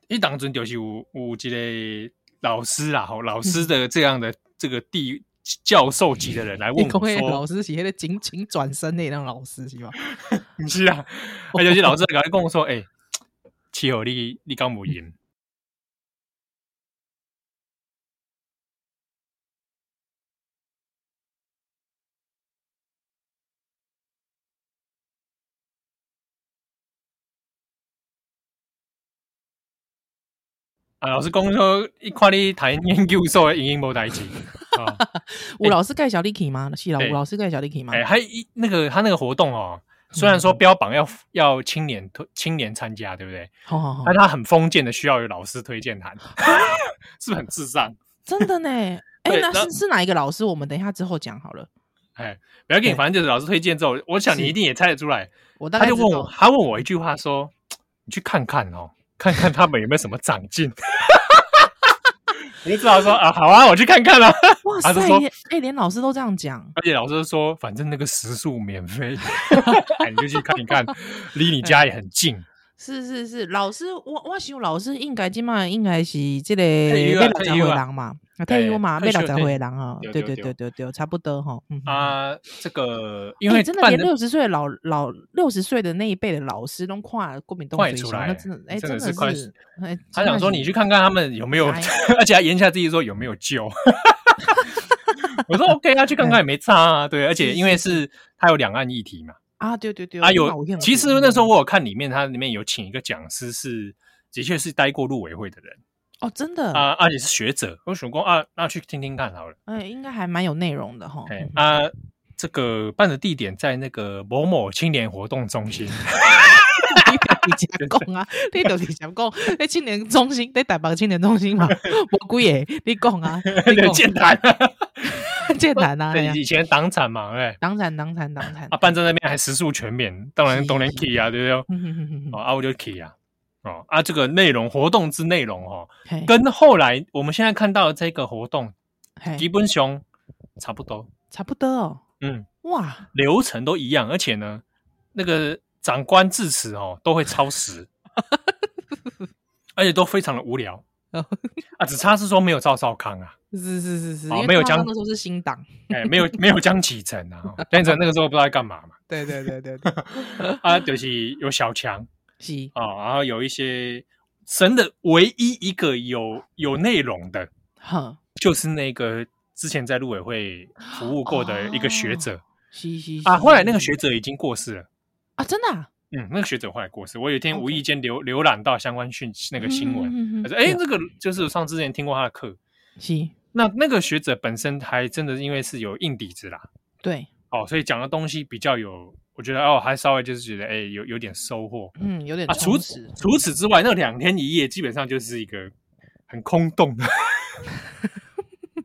[SPEAKER 1] 一当中就是有有一个老师啦，吼，老师的这样的这个地教授级的人来
[SPEAKER 2] 你
[SPEAKER 1] 问
[SPEAKER 2] 讲
[SPEAKER 1] 我
[SPEAKER 2] 迄
[SPEAKER 1] 说
[SPEAKER 2] 老，师是迄个紧紧转身的那老师是吧？
[SPEAKER 1] 不是啊，啊，有些老师来跟我说，哎、七号你你刚无赢，啊，老师讲说，一看你谈研究所的英英无代志， 啊，
[SPEAKER 2] 吴老师盖小 Licky 吗？是啦，
[SPEAKER 1] 对
[SPEAKER 2] 吴老师盖小 Licky 吗
[SPEAKER 1] 哎、？还一那个他那个活动哦，虽
[SPEAKER 2] 嗯
[SPEAKER 1] 然说标榜要要青年推青年参加，对不对？
[SPEAKER 2] 好好好
[SPEAKER 1] 但，他很封建的，需要有老师推荐函， 是不是很智障？
[SPEAKER 2] 真的 呢。哎、
[SPEAKER 1] 对
[SPEAKER 2] 那
[SPEAKER 1] 那
[SPEAKER 2] 是是哪一个老师？我们等一下之后讲好了。
[SPEAKER 1] 哎，不要紧，
[SPEAKER 2] 对
[SPEAKER 1] 反正就是老师推荐之后，我想你
[SPEAKER 2] 是
[SPEAKER 1] 一定也猜得出来。
[SPEAKER 2] 我大
[SPEAKER 1] 他
[SPEAKER 2] 概
[SPEAKER 1] 就
[SPEAKER 2] 知
[SPEAKER 1] 问
[SPEAKER 2] 道
[SPEAKER 1] 我，他问我一句话说：“你去看看哦，看看他们有没有什么长进。” 我就知道说啊，好啊，我去看看啊。
[SPEAKER 2] 哇
[SPEAKER 1] 他
[SPEAKER 2] 塞
[SPEAKER 1] 就说，
[SPEAKER 2] 连哎、连老师都这样讲，
[SPEAKER 1] 而且老师就说，反正那个食宿免费， 哎你就去看一看，离你家也很近。
[SPEAKER 2] 是是是，老师我我想老师应该今嘛应该是这个
[SPEAKER 1] 退休啊
[SPEAKER 2] 被老
[SPEAKER 1] 退
[SPEAKER 2] 才
[SPEAKER 1] 休
[SPEAKER 2] 回
[SPEAKER 1] 啊
[SPEAKER 2] 人嘛，啊退休嘛，
[SPEAKER 1] 退
[SPEAKER 2] 被
[SPEAKER 1] 休
[SPEAKER 2] 老才回人啊，
[SPEAKER 1] 对对
[SPEAKER 2] 对对
[SPEAKER 1] 对
[SPEAKER 2] 对对对，差不多哈。嗯
[SPEAKER 1] 啊、这个因
[SPEAKER 2] 因
[SPEAKER 1] 为
[SPEAKER 2] 哎真的
[SPEAKER 1] 办
[SPEAKER 2] 连六十岁的老老六十岁的那一辈的老师都跨国民党
[SPEAKER 1] 快
[SPEAKER 2] 水
[SPEAKER 1] 出
[SPEAKER 2] 小
[SPEAKER 1] 来
[SPEAKER 2] 那
[SPEAKER 1] 了
[SPEAKER 2] 真的哎、
[SPEAKER 1] 真的
[SPEAKER 2] 真
[SPEAKER 1] 是快
[SPEAKER 2] 的是，哎
[SPEAKER 1] 他想说你去看看他们有没有
[SPEAKER 2] 哎，
[SPEAKER 1] 而且还言下之意说有没有救。 我说 OK 啊，去看看也没差啊，对，而且因为是它有两岸议题嘛，
[SPEAKER 2] 啊，对对对，
[SPEAKER 1] 啊
[SPEAKER 2] 那
[SPEAKER 1] 有
[SPEAKER 2] 我也，嗯很
[SPEAKER 1] 其实
[SPEAKER 2] 不
[SPEAKER 1] 那时候
[SPEAKER 2] 一样
[SPEAKER 1] 我有看里面，它里面有请一个讲师是，的确是待过陆委会的人
[SPEAKER 2] 哦，真的，
[SPEAKER 1] 啊，而且是学者，我想过啊，那去听听看好了，
[SPEAKER 2] 哎，应该还蛮有内容的哈。
[SPEAKER 1] 哎啊，这个办的地点在那个某某青年活动中心，
[SPEAKER 2] 你直 接讲啊，你就是直接讲，你青年中心，你台北青年中心 嘛，无几个，你讲啊，你
[SPEAKER 1] 那个
[SPEAKER 2] 讲
[SPEAKER 1] 健谈，
[SPEAKER 2] 健谈啊，哎
[SPEAKER 1] 对
[SPEAKER 2] 呀，
[SPEAKER 1] 以前党产嘛，对不对。
[SPEAKER 2] 党产党产党产
[SPEAKER 1] 啊，办在那边还食宿全免，当然当然 key 啊，对不对？
[SPEAKER 2] 嗯哼哼哼
[SPEAKER 1] 哦，
[SPEAKER 2] 哼
[SPEAKER 1] 啊，我就 key 啊，哦啊，这个内容活动之内容哦，
[SPEAKER 2] 嘿
[SPEAKER 1] 跟后来我们现在看到的这个活动
[SPEAKER 2] 嘿
[SPEAKER 1] 基本上差不多，
[SPEAKER 2] 差不多哦，
[SPEAKER 1] 嗯，
[SPEAKER 2] 哇，
[SPEAKER 1] 流程都一样，而且呢，那个长官致辞哦都会超时，而且都非常的无聊
[SPEAKER 2] 哦
[SPEAKER 1] 啊，只差是说没有赵少康啊，
[SPEAKER 2] 是是是是，
[SPEAKER 1] 好
[SPEAKER 2] 因为
[SPEAKER 1] 没有
[SPEAKER 2] 赵少
[SPEAKER 1] 讲
[SPEAKER 2] 康那时候是 新党，
[SPEAKER 1] 哎，没有没有江启程啊，哦江启程那个时候不知道在干嘛嘛，
[SPEAKER 2] 对对对对 对，
[SPEAKER 1] 啊，就是有小强。
[SPEAKER 2] 是
[SPEAKER 1] 啊、然后有一些神的唯一一个有有内容的，
[SPEAKER 2] 哼，
[SPEAKER 1] 就是那个之前在陆委会服务过的一个学
[SPEAKER 2] 哦
[SPEAKER 1] 者、
[SPEAKER 2] 是是
[SPEAKER 1] 啊。
[SPEAKER 2] 是
[SPEAKER 1] 后来那个学者已经过世了，
[SPEAKER 2] 啊，真的啊
[SPEAKER 1] 嗯，那个学者后来过世。我有一天
[SPEAKER 2] OK
[SPEAKER 1] 无意间浏浏览到相关讯息那个新闻，
[SPEAKER 2] 嗯嗯嗯嗯
[SPEAKER 1] 他
[SPEAKER 2] 嗯
[SPEAKER 1] 说：“哎，
[SPEAKER 2] 对
[SPEAKER 1] 这个就是上之前听过他的课。
[SPEAKER 2] 是，”
[SPEAKER 1] 那那个学者本身还真的因为是有硬底子啦，
[SPEAKER 2] 对，
[SPEAKER 1] 哦，所以讲的东西比较有，我觉得哦，还稍微就是觉得哎，有有点收获。
[SPEAKER 2] 嗯，有点
[SPEAKER 1] 啊，除
[SPEAKER 2] 充
[SPEAKER 1] 此
[SPEAKER 2] 实，
[SPEAKER 1] 除此之外，那两天一夜基本上就是一个很空洞 的，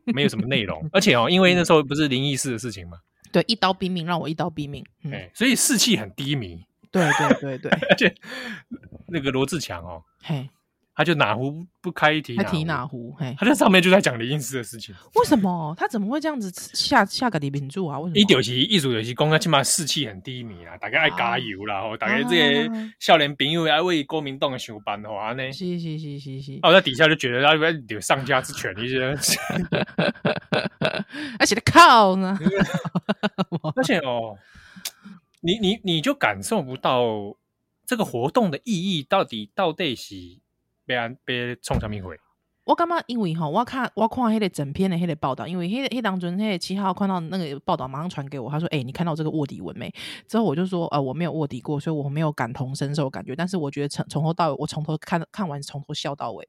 [SPEAKER 1] 没有什么内容。而且哦，因为那时候不是灵异事的事情嘛，
[SPEAKER 2] 对，一刀毙命，让我一刀毙命，嗯，
[SPEAKER 1] 哎、所以士气很低迷。
[SPEAKER 2] 对对对对，
[SPEAKER 1] 而且那个罗志强哦，
[SPEAKER 2] 嘿，
[SPEAKER 1] 他就哪壶不开提
[SPEAKER 2] 还
[SPEAKER 1] 哪
[SPEAKER 2] 提哪
[SPEAKER 1] 壶，
[SPEAKER 2] 壶，嗯嘿。
[SPEAKER 1] 他在上面就在讲灵异事的事情。
[SPEAKER 2] 为什么他怎么会这样子下下个李炳柱啊？为什么？
[SPEAKER 1] 一九七艺术有些公开起码士气很低迷啦，大家爱加油啦，吼、大家这些
[SPEAKER 2] 啊
[SPEAKER 1] 少年朋友爱为国民党上班吼，安尼。
[SPEAKER 2] 是是是是是，
[SPEAKER 1] 啊 啊，我在底下就觉得啊，有上家之权，一些
[SPEAKER 2] 而且他靠呢，
[SPEAKER 1] 而且哦，你你你就感受不到这个活动的意义到底到底是被安被冲什么鬼？
[SPEAKER 2] 我感觉因为吼，我看我看迄个整篇的迄个报道，因为迄个迄当中迄个七号看到那个报道，马上传给我，他说：“哎、你看到这个卧底文没？”之后我就说：“呃，我没有卧底过，所以我没有感同身受的感觉，但是我觉得从从头到尾，我从头看看完，从头笑到尾，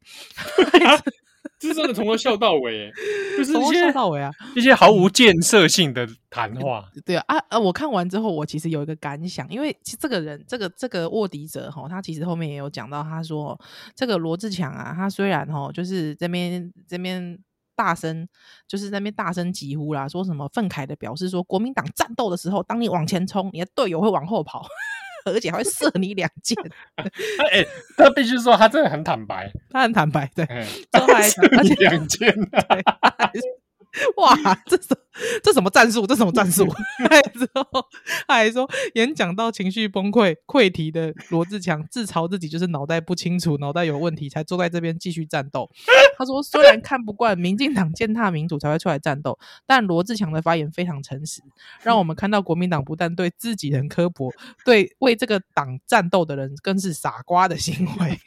[SPEAKER 1] 这真的从头笑到 尾，就是
[SPEAKER 2] 从
[SPEAKER 1] 一
[SPEAKER 2] 头
[SPEAKER 1] 些
[SPEAKER 2] 笑到尾啊！
[SPEAKER 1] 一些毫无建设性的谈 话。
[SPEAKER 2] 对啊啊啊！我看完之后，我其实有一个感想，因为其实这个人，这个这个卧底者哈，他其实后面也有讲到，他说这个罗志强啊，他虽然哈就是这边这边大声，就是在那边大声疾呼啦，说什么愤慨的表示说，国民党战斗的时候，当你往前冲，你的队友会往后跑。 而且还会射你两箭，
[SPEAKER 1] 他哎、他必须说他真的很坦白，
[SPEAKER 2] 他很坦白，对，
[SPEAKER 1] 哎
[SPEAKER 2] 之后还讲，而且
[SPEAKER 1] 两件、啊，
[SPEAKER 2] 对他还 哇，这什这什么战术？这什么战术？ 还之后他还说，演讲到情绪崩溃、溃堤的罗志强自嘲自己就是脑袋不清楚、脑袋有问题，才坐在这边继续战斗。他说，虽然看不惯民进党践踏民主才会出来战斗，但罗志强的发言非常诚实，让我们看到国民党不但对自己人刻薄，对为这个党战斗的人更是傻瓜的行为。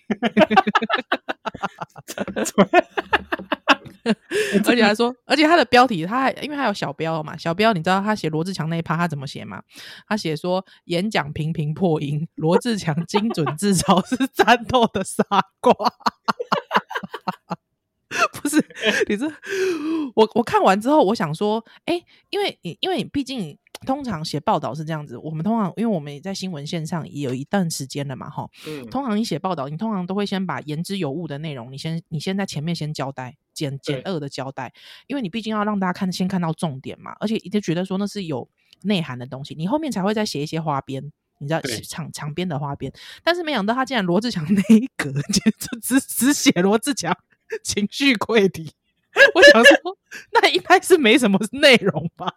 [SPEAKER 2] 而且还说，而且他的标题，他还因为他有小标嘛，小标你知道他写罗志强那一趴他怎么写吗？他写说演讲频频破音，罗志强精准自嘲是战斗的傻瓜。 不是，你这我我看完之后，我想说，哎、因为你因为你毕竟通常写报道是这样子，我们通常因为我们也在新闻线上也有一段时间了嘛，哈，
[SPEAKER 1] 嗯
[SPEAKER 2] 通常你写报道，你通常都会先把言之有物的内容，你先你先在前面先交代，简简
[SPEAKER 1] 对
[SPEAKER 2] 扼的交代，因为你毕竟要让大家看先看到重点嘛，而且一定觉得说那是有内涵的东西，你后面才会再写一些花边。你知道
[SPEAKER 1] 对
[SPEAKER 2] 场场边的花边，但是没想到他竟然罗志祥 那一格，就只只写罗志祥情绪溃堤。 我想说，那应该是没什么内容吧？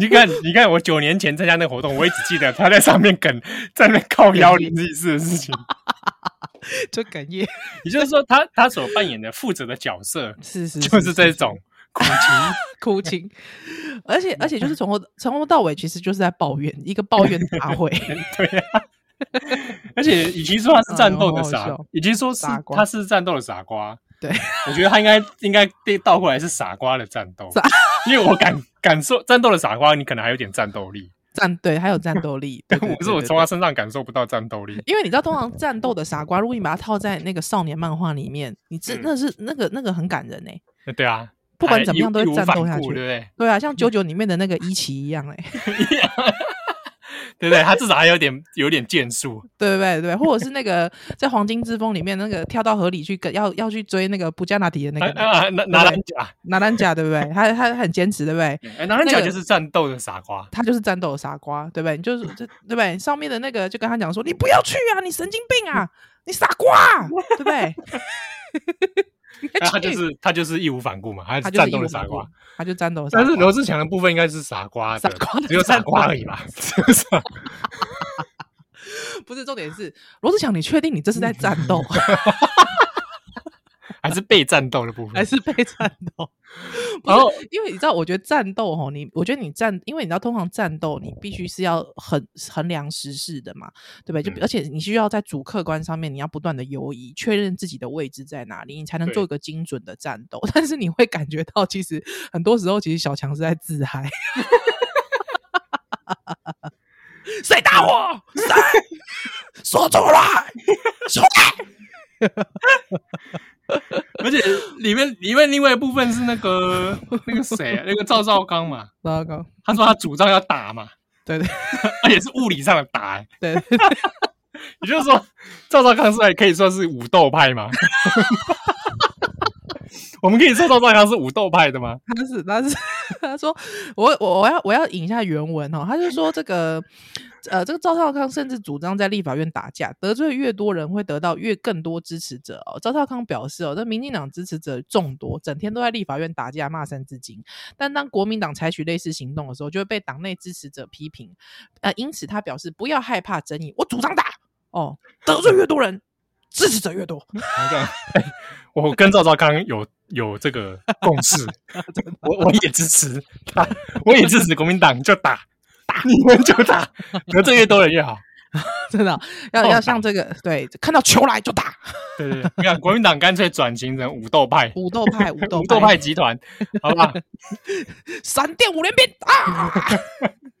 [SPEAKER 1] 你看，你看，我九年前参加那个活动，我也只记得他在上面梗，在那边靠腰林志士的事情。
[SPEAKER 2] 就哽咽，
[SPEAKER 1] 也就是说他，他所扮演的负责的角色，
[SPEAKER 2] 是是
[SPEAKER 1] 就是这 种苦情。
[SPEAKER 2] 哭泣， 而
[SPEAKER 1] 嗯
[SPEAKER 2] 且而且就是从头从头到尾，其实就是在抱怨一个抱怨大 会。
[SPEAKER 1] 对啊，而且与其说他是战斗的
[SPEAKER 2] 哎
[SPEAKER 1] 傻
[SPEAKER 2] 呦好好笑，
[SPEAKER 1] 与其说是
[SPEAKER 2] 傻瓜
[SPEAKER 1] 他是战斗的傻瓜，
[SPEAKER 2] 对，
[SPEAKER 1] 我觉得他应该应该倒过来是傻瓜的战斗
[SPEAKER 2] 傻，
[SPEAKER 1] 因为我感感受战斗的傻瓜，你可能还有点战斗力，
[SPEAKER 2] 战对，还有战斗 力。对
[SPEAKER 1] 但
[SPEAKER 2] 对
[SPEAKER 1] 我是
[SPEAKER 2] 对
[SPEAKER 1] 我
[SPEAKER 2] 对
[SPEAKER 1] 从他
[SPEAKER 2] 对
[SPEAKER 1] 身上感受不到战斗 力。
[SPEAKER 2] 因为你知道，通常战斗的傻瓜，如果你把它套在那个少年漫画里面，你真
[SPEAKER 1] 嗯
[SPEAKER 2] 那是那个那个很感人哎、
[SPEAKER 1] 对啊，
[SPEAKER 2] 不管怎么样都
[SPEAKER 1] 还
[SPEAKER 2] 会
[SPEAKER 1] 义无
[SPEAKER 2] 战
[SPEAKER 1] 反
[SPEAKER 2] 斗下
[SPEAKER 1] 顾对
[SPEAKER 2] 去
[SPEAKER 1] 不对？
[SPEAKER 2] 对啊， 像九九里面的那个伊奇一样哎、
[SPEAKER 1] 对不对？他至少还有点有点建树，
[SPEAKER 2] 对对对对，或者是那个在《黄金之风》里面那个跳到河里去跟要要去追那个布加纳迪 的那
[SPEAKER 1] 啊
[SPEAKER 2] 个
[SPEAKER 1] 啊拿拿篮甲，
[SPEAKER 2] 拿单甲，对不对？他他很坚持，对不对？
[SPEAKER 1] 哎拿篮甲
[SPEAKER 2] 那个
[SPEAKER 1] 就是战斗的傻瓜，
[SPEAKER 2] 他就是战斗的傻瓜，对不对？你就是这，对不对？上面的那个就跟他讲说，你不要去啊，你神经病啊，你傻瓜啊、对不对？ 你
[SPEAKER 1] 哎
[SPEAKER 2] 还
[SPEAKER 1] 他
[SPEAKER 2] 去
[SPEAKER 1] 就是他就是义无反顾嘛，他是
[SPEAKER 2] 他就是
[SPEAKER 1] 战
[SPEAKER 2] 义
[SPEAKER 1] 斗
[SPEAKER 2] 无
[SPEAKER 1] 的傻
[SPEAKER 2] 反顾
[SPEAKER 1] 瓜。，
[SPEAKER 2] 他就战斗的傻瓜。
[SPEAKER 1] 但是罗志祥的部分应该是傻瓜
[SPEAKER 2] 傻
[SPEAKER 1] 的，
[SPEAKER 2] 瓜的
[SPEAKER 1] 只有傻
[SPEAKER 2] 战
[SPEAKER 1] 瓜
[SPEAKER 2] 斗
[SPEAKER 1] 而已吧？是不是啊
[SPEAKER 2] 不是重点是罗志祥，你确定你这是在战斗
[SPEAKER 1] 还是被战斗的部
[SPEAKER 2] 还
[SPEAKER 1] 分？
[SPEAKER 2] 是被战 斗？不
[SPEAKER 1] 然后
[SPEAKER 2] 是，因为你知道，我觉得战斗吼，你我觉得你战，因为你知道，通常战斗你必须是要衡衡量时事的嘛，对不对？就、
[SPEAKER 1] 嗯
[SPEAKER 2] 而且你需要在主客观上面，你要不断的游移，确认自己的位置在哪里，你才能
[SPEAKER 1] 对
[SPEAKER 2] 做一个精准的战斗。但是你会感觉到，其实很多时候，其实小强是在自嗨。 谁打我？谁？说出来！说
[SPEAKER 1] 而且里面里面另外一部分是那个那个谁啊，那个赵少康嘛，
[SPEAKER 2] 糟糕，
[SPEAKER 1] 他说他主张要打嘛，
[SPEAKER 2] 对对
[SPEAKER 1] 而且是物理上的打、欸，
[SPEAKER 2] 对对对
[SPEAKER 1] 也就是说赵少康是还可以说是武斗派嘛。 我们可以说赵少康是武斗派的吗？
[SPEAKER 2] 他是他是他说我我我要我要引一下原文哦，他就说这个呃这个赵少康甚至主张在立法院打架，得罪越多人会得到越更多支持者哦。赵少康表示哦，这民进党支持者众多，整天都在立法院打架骂声至今，但当国民党采取类似行动的时候，就会被党内支持者批评，呃，因此他表示不要害怕争议，我主张打哦，得罪越多人。支持者越多，
[SPEAKER 1] 好像、哎 我跟赵少康有有这个共 识，我我也支持他，我也支持国民党，就打打你们就打，得罪越多人越好。
[SPEAKER 2] 真的哦要
[SPEAKER 1] 暴
[SPEAKER 2] 要
[SPEAKER 1] 打
[SPEAKER 2] 像这个对，看到球来就打，
[SPEAKER 1] 对对对，你看国民党干脆转型成武斗派，
[SPEAKER 2] 武斗派，武斗
[SPEAKER 1] 武斗派集团，好 吧？
[SPEAKER 2] 闪电五连鞭啊！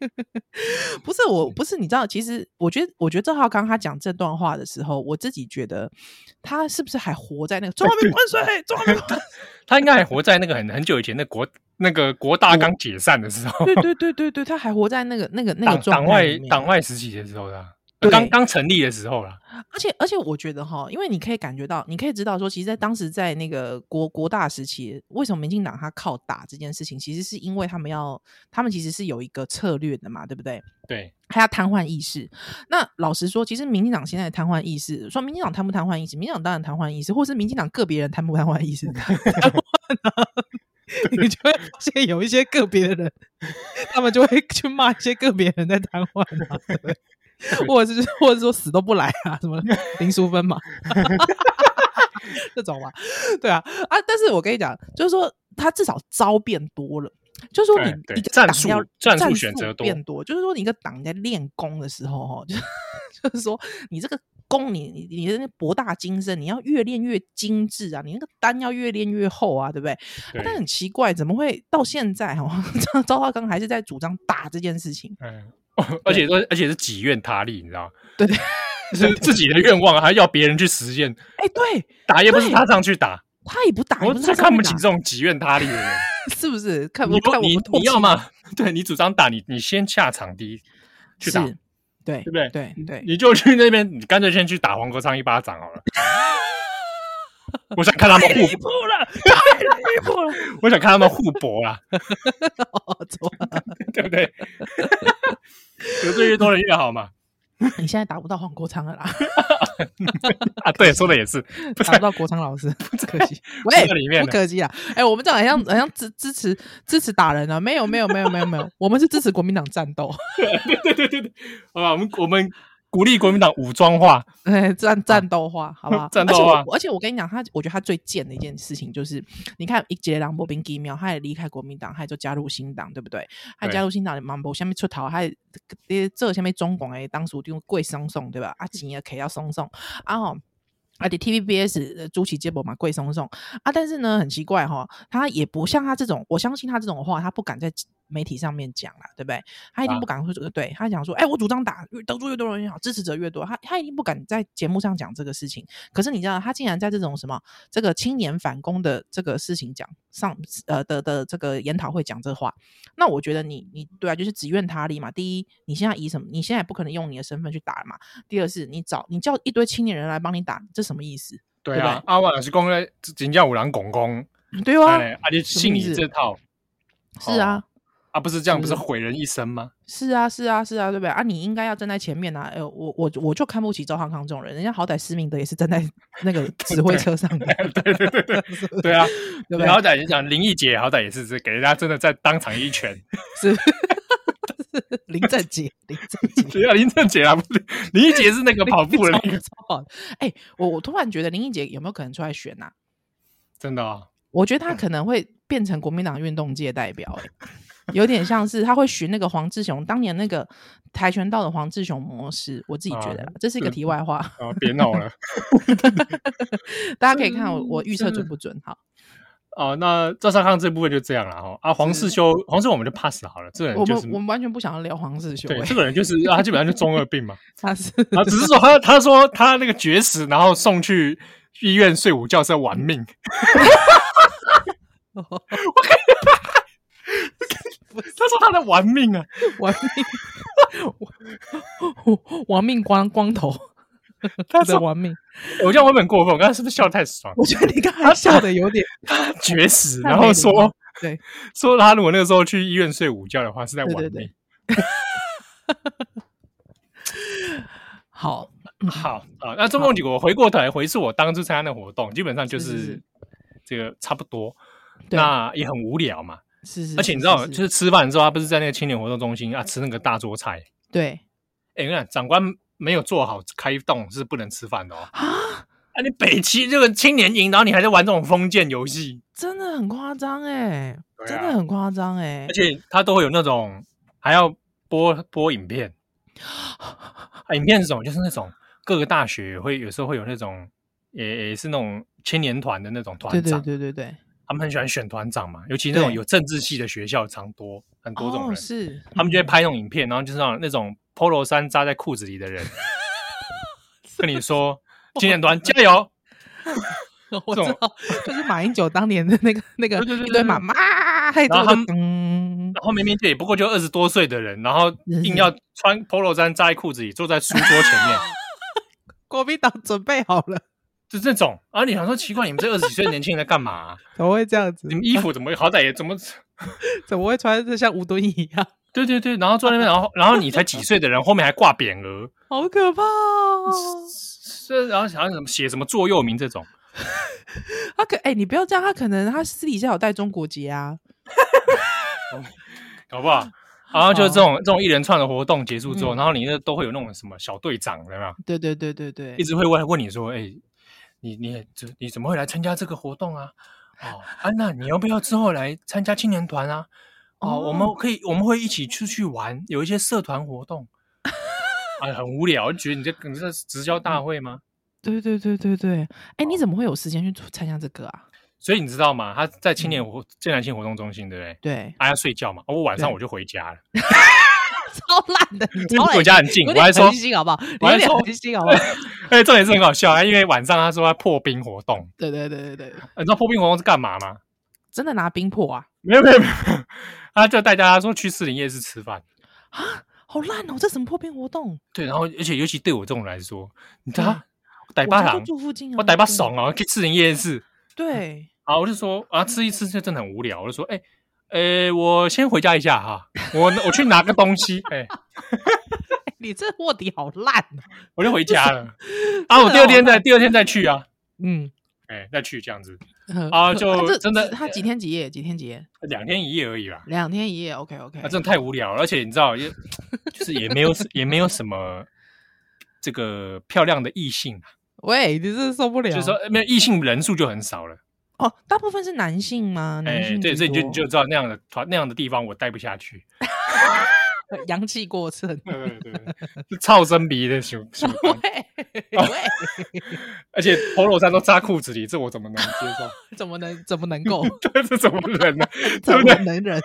[SPEAKER 2] 不是我，不是你知道，其实我觉得，我觉得郑浩康他讲这段话的时候，我自己觉得他是不是还活在那
[SPEAKER 1] 哎
[SPEAKER 2] 个中华民国万岁，中华民国 万岁？
[SPEAKER 1] 他应该还活在那个很很久以前的国那个国大刚解散的时候，
[SPEAKER 2] 对对对对对，他还活在那个那个那
[SPEAKER 1] 党
[SPEAKER 2] 个
[SPEAKER 1] 党
[SPEAKER 2] 状态
[SPEAKER 1] 外
[SPEAKER 2] 里面。
[SPEAKER 1] 党外时期的时候的啊，
[SPEAKER 2] 对
[SPEAKER 1] 刚刚成立的时候啦。
[SPEAKER 2] 而且而且，我觉得哈，因为你可以感觉到，你可以知道说，其实，在当时在那个国国大时期，为什么民进党他靠打这件事情，其实是因为他们要，他们其实是有一个策略的嘛，对不对？
[SPEAKER 1] 对，
[SPEAKER 2] 还要瘫痪意识。那老实说，其实民进党现在的瘫痪意识，说民进党瘫不瘫痪意识，民进党当然瘫痪意识，或是民进党个别人瘫不瘫痪意识， 你就会发现有一些个别的人，他们就会去骂一些个别人在瘫痪啊，对不对或者是或者说死都不来啊， 什么林淑芬嘛，这种嘛，对啊啊！但是我跟你讲，就是说他至少招变多了。就是说你
[SPEAKER 1] 对对
[SPEAKER 2] 一个
[SPEAKER 1] 战
[SPEAKER 2] 党
[SPEAKER 1] 术
[SPEAKER 2] 要
[SPEAKER 1] 战术
[SPEAKER 2] 术
[SPEAKER 1] 选择多
[SPEAKER 2] 变多，就是说你一个党你在练功的时候， 哦，就是就是说你这个功你你你的那博大精深，你要越练越精致啊，你那个丹要越练越厚啊，对不对？
[SPEAKER 1] 对，
[SPEAKER 2] 但很奇怪，怎么会到现在哈、哦， 赵赵少刚还是在主张打这件事情？
[SPEAKER 1] 嗯， 而且说而且是己愿他力，你知道吗？
[SPEAKER 2] 对 对，
[SPEAKER 1] 是自己的愿望还要别人去实现，
[SPEAKER 2] 哎，对
[SPEAKER 1] 打也不是他上去打，
[SPEAKER 2] 他也不打，也
[SPEAKER 1] 我
[SPEAKER 2] 不是
[SPEAKER 1] 最
[SPEAKER 2] 他上
[SPEAKER 1] 看不
[SPEAKER 2] 去
[SPEAKER 1] 起
[SPEAKER 2] 打
[SPEAKER 1] 哦这种己愿他力的人。
[SPEAKER 2] 是不是？看
[SPEAKER 1] 你
[SPEAKER 2] 我看我
[SPEAKER 1] 你
[SPEAKER 2] 们唾
[SPEAKER 1] 你要
[SPEAKER 2] 弃
[SPEAKER 1] 嘛？对你主张打你，你先下场第一去打，
[SPEAKER 2] 是对
[SPEAKER 1] 对不对？
[SPEAKER 2] 对对，
[SPEAKER 1] 你就去那边，你干脆先去打黄国昌一巴掌好 了。我想看他们互，
[SPEAKER 2] 离谱了，太离 谱了，
[SPEAKER 1] 我想看他们互搏啦，
[SPEAKER 2] 哦走啊
[SPEAKER 1] 对不对？ 得罪越多人越好嘛。
[SPEAKER 2] 你现在打不到黄国昌 了啦，
[SPEAKER 1] 啊，对，说的也是，不
[SPEAKER 2] 打
[SPEAKER 1] 在
[SPEAKER 2] 不到国昌老师，可惜。喂
[SPEAKER 1] 在，里面
[SPEAKER 2] 不
[SPEAKER 1] 的
[SPEAKER 2] 可惜啊！哎，我们这样好像好像支支持支持打人啊？没有没有没有没有没有，我们是支持国民党战斗，
[SPEAKER 1] 对对对对，好吧，我们我们鼓励国民党武装化，
[SPEAKER 2] 哎，战战斗化，好不好？
[SPEAKER 1] 战斗化
[SPEAKER 2] 而且我而且我跟你讲，他我觉得他最贱的一件事情就是，你看一杰梁伯宾奇妙，他也离开国民党，他也就加入新党，对不对？他加入新党，忙不下面出逃，他也这这下面中广诶，当时就贵松松，对吧？啊，钱也给要松松，啊吼。而且 TVBS 呃朱启接驳嘛，贵松松啊，但是呢，很奇怪哈、他也不像他这种，我相信他这种话，他不敢在媒体上面讲啦，对不对？他一定
[SPEAKER 1] 啊
[SPEAKER 2] 不敢会说，对他讲说，哎、我主张打，越得出越多人越好，支持者越多，他他一定不敢在节目上讲这个事情。可是你知道，他竟然在这种什么这个青年反攻的这个事情讲上呃的的这个研讨会讲这话，那我觉得你你对啊，就是只怨他利嘛。第一，你现在以什么？你现在也不可能用你的身份去打嘛。第二是，你找你叫一堆青年人来帮你打，这什么意思？
[SPEAKER 1] 对
[SPEAKER 2] 对
[SPEAKER 1] 啊
[SPEAKER 2] 吧，
[SPEAKER 1] 阿万老师讲咧，真正有人讲讲，
[SPEAKER 2] 对啊，
[SPEAKER 1] 哎，啊，你信你这套
[SPEAKER 2] 是啊，
[SPEAKER 1] 啊，不是这样，不
[SPEAKER 2] 是
[SPEAKER 1] 是毁人一生吗？
[SPEAKER 2] 是啊，是啊，是啊，对不对啊？你应该要站在前面啊！哎、我我我就看不起赵康康这种人，人家好歹施明德也是站 在那个指挥车上的，
[SPEAKER 1] 对对对 对对啊，
[SPEAKER 2] 对不
[SPEAKER 1] 好
[SPEAKER 2] 对？
[SPEAKER 1] 歹也讲林忆杰，好歹也是是给人家真的在当场一拳，
[SPEAKER 2] 是林正杰，林正 杰。
[SPEAKER 1] 只要林正杰啊，不是林忆杰是那个跑步的那个，
[SPEAKER 2] 超好的。哎、我我突然觉得林奕杰有没有可能出来选呐、啊？
[SPEAKER 1] 真的哦，
[SPEAKER 2] 我觉得他可能会变成国民党运动界代表、哎，有点像是他会学那个黄志雄当年那个跆拳道的黄志雄模式。我自己觉得啦，这是一个
[SPEAKER 1] 啊是
[SPEAKER 2] 题外话，
[SPEAKER 1] 啊，别闹了
[SPEAKER 2] 大家可以看我
[SPEAKER 1] 嗯
[SPEAKER 2] 我预测
[SPEAKER 1] 真的
[SPEAKER 2] 准不准。好，
[SPEAKER 1] 哦。那赵少康这部分就这样了哈。啊，黄世修，黄世修我们就 pass 好了，这个
[SPEAKER 2] 我
[SPEAKER 1] 人
[SPEAKER 2] 们
[SPEAKER 1] 就是
[SPEAKER 2] 我们完全不想要聊黄世雄、
[SPEAKER 1] 对，
[SPEAKER 2] 哎
[SPEAKER 1] 这个人就是啊他基本上就中二病嘛。
[SPEAKER 2] 他是
[SPEAKER 1] 啊，只是 说他他说他那个绝食，然后送去医院睡午觉是在玩命，他说他在玩命啊，
[SPEAKER 2] 亡 命亡命光光头，
[SPEAKER 1] 他
[SPEAKER 2] 在
[SPEAKER 1] 说
[SPEAKER 2] 亡命。
[SPEAKER 1] 我这样会不会很过分？我刚才是不是笑得太爽？
[SPEAKER 2] 我觉得你刚才笑的有 点
[SPEAKER 1] 他绝食，
[SPEAKER 2] 太
[SPEAKER 1] 然
[SPEAKER 2] 没
[SPEAKER 1] 后
[SPEAKER 2] 礼
[SPEAKER 1] 说
[SPEAKER 2] 貌对。
[SPEAKER 1] 说他如果那个时候去医院睡午觉的话是在玩
[SPEAKER 2] 对
[SPEAKER 1] 命。
[SPEAKER 2] 对对好，
[SPEAKER 1] 好啊，那中共几国回过头来回溯我当初参加那活动，基本上就是
[SPEAKER 2] 是是
[SPEAKER 1] 是这个差不多。
[SPEAKER 2] 对
[SPEAKER 1] 那也很无聊嘛，
[SPEAKER 2] 是是，
[SPEAKER 1] 而且你知道，就是吃饭之后，他不是在那个青年活动中心啊吃那个大桌菜？
[SPEAKER 2] 对
[SPEAKER 1] 哎，我跟你讲，长官没有做好开动是不能吃饭的哦。
[SPEAKER 2] 啊，
[SPEAKER 1] 啊，你北七这个青年营，然后你还在玩这种封建游戏，
[SPEAKER 2] 真的很夸张哎，
[SPEAKER 1] 对啊
[SPEAKER 2] 真的很夸张哎
[SPEAKER 1] 而，且他都会有那种还要播播影片，啊影片是什么？就是那种各个大学会有时候会有那种，也也是那种青年团的那种团
[SPEAKER 2] 对对
[SPEAKER 1] 长，
[SPEAKER 2] 对对对，
[SPEAKER 1] 他们很喜欢选团长嘛，尤其那种
[SPEAKER 2] 对
[SPEAKER 1] 有政治系的学校，常多很多这种
[SPEAKER 2] 哦
[SPEAKER 1] 人，
[SPEAKER 2] 是，
[SPEAKER 1] 他们就会
[SPEAKER 2] 嗯
[SPEAKER 1] 拍那种影片，然后就是那种那种 polo 衫扎在裤子里的 人，跟你说青年团加油，
[SPEAKER 2] 我
[SPEAKER 1] 这
[SPEAKER 2] 知
[SPEAKER 1] 种
[SPEAKER 2] 道，就是马英九当年的那个那个
[SPEAKER 1] 对对对
[SPEAKER 2] 一堆
[SPEAKER 1] 对
[SPEAKER 2] 妈妈，还有
[SPEAKER 1] 然后他们
[SPEAKER 2] 嗯，
[SPEAKER 1] 然后明明这也不过就二十多岁的人，然后
[SPEAKER 2] 是
[SPEAKER 1] 硬要穿 polo 衫扎在裤子里，坐在书桌前面，
[SPEAKER 2] 国民党准备好了，
[SPEAKER 1] 就这种。然后你想说奇怪，你们这二十几岁的年轻人在干嘛啊、
[SPEAKER 2] 怎么会这样子
[SPEAKER 1] 你？们衣服怎么好歹也怎么？
[SPEAKER 2] 怎么会穿的像吴敦义一样？
[SPEAKER 1] 对对对，然后坐在那边，然后然后你才几岁的人，后面还挂匾额，
[SPEAKER 2] 好可怕哦！
[SPEAKER 1] 这然后想要什么写什么座右铭这种，
[SPEAKER 2] 他可哎、你不要这样，他可能他私底下有带中国结啊。
[SPEAKER 1] 搞不 好。然后就这种、
[SPEAKER 2] 哦
[SPEAKER 1] 这种一连串的活动结束之后，
[SPEAKER 2] 嗯
[SPEAKER 1] 然后你那都会有那种什么小队长，对吧？
[SPEAKER 2] 对对对对对
[SPEAKER 1] 一，直会问问你说，哎、你你这你怎么会来参加这个活动啊？哦，安娜，你要不要之后来参加青年团啊？哦，
[SPEAKER 2] 哦
[SPEAKER 1] 我们可以我们会一起出去玩，有一些社团活动。啊，很无聊，就觉得你这你这是直销大会吗？
[SPEAKER 2] 对对对对对。哎、
[SPEAKER 1] 哦
[SPEAKER 2] 你怎么会有时间去参加这个啊？
[SPEAKER 1] 所以你知道吗？他在青
[SPEAKER 2] 嗯
[SPEAKER 1] 年活建南青活动中心，对不对？
[SPEAKER 2] 对，
[SPEAKER 1] 啊，要睡觉嘛。哦我晚上
[SPEAKER 2] 对
[SPEAKER 1] 我就回家了，
[SPEAKER 2] 超烂 的，你
[SPEAKER 1] 因
[SPEAKER 2] 超
[SPEAKER 1] 为
[SPEAKER 2] 烂
[SPEAKER 1] 离我家很近。
[SPEAKER 2] 有
[SPEAKER 1] 我
[SPEAKER 2] 点
[SPEAKER 1] 还说
[SPEAKER 2] 狠，心好不好？
[SPEAKER 1] 我
[SPEAKER 2] 你
[SPEAKER 1] 还
[SPEAKER 2] 有点
[SPEAKER 1] 说
[SPEAKER 2] 狠心好不 好？
[SPEAKER 1] 哎，重点是很好笑啊，因为晚上他说他破冰活动，呃
[SPEAKER 2] 对对对对对，
[SPEAKER 1] 你知道破冰活动是干嘛吗？
[SPEAKER 2] 真的拿冰破啊！
[SPEAKER 1] 没有没有没有，他就带大家说去士林夜市吃饭。
[SPEAKER 2] 啊，好烂哦！这什么破冰活动？
[SPEAKER 1] 对，然后而且尤其对我这种来说，你知
[SPEAKER 2] 对
[SPEAKER 1] 道我逮
[SPEAKER 2] 我
[SPEAKER 1] 巴
[SPEAKER 2] 家就
[SPEAKER 1] 郎，
[SPEAKER 2] 住附近啊，
[SPEAKER 1] 我逮巴
[SPEAKER 2] 对
[SPEAKER 1] 爽。啊，去士林夜市
[SPEAKER 2] 对，
[SPEAKER 1] 啊，我就说啊吃一吃就真的很无聊，我就说哎。哎，我先回家一下哈，我我去拿个东西，哎、
[SPEAKER 2] 哎你这卧底好烂
[SPEAKER 1] 啊
[SPEAKER 2] 哦。
[SPEAKER 1] 我就回家了。啊，我第二天再第二天再去啊，
[SPEAKER 2] 嗯，
[SPEAKER 1] 哎、再去这样子，
[SPEAKER 2] 呵
[SPEAKER 1] 啊
[SPEAKER 2] 呵
[SPEAKER 1] 就
[SPEAKER 2] 他这
[SPEAKER 1] 真的
[SPEAKER 2] 他几天几夜？几天几夜？
[SPEAKER 1] 两天一夜而已啦。
[SPEAKER 2] 两天一夜。OK OK
[SPEAKER 1] 啊，。真的太无聊了，而且你知道，也就是也没有也没有什么这个漂亮的异性啊，
[SPEAKER 2] 喂，你这受不了。
[SPEAKER 1] 就是说呃没有异性人数就很少了。
[SPEAKER 2] 哦，大部分是男性吗？男
[SPEAKER 1] 哎，
[SPEAKER 2] 嗯性
[SPEAKER 1] 对，
[SPEAKER 2] 居
[SPEAKER 1] 所以你就
[SPEAKER 2] 多
[SPEAKER 1] 你就知道那样的团那样的地方我待不下去。
[SPEAKER 2] 呃 阳气 过剩。
[SPEAKER 1] 对对对对，是操生鼻的熊熊
[SPEAKER 2] 喂
[SPEAKER 1] 班，
[SPEAKER 2] 喂，
[SPEAKER 1] 而且 polo 衫都扎裤子里，这我怎么能接受？
[SPEAKER 2] 怎么能怎么能够
[SPEAKER 1] 这是怎么忍 呢？
[SPEAKER 2] 怎
[SPEAKER 1] 对
[SPEAKER 2] 么
[SPEAKER 1] 不对
[SPEAKER 2] 能忍？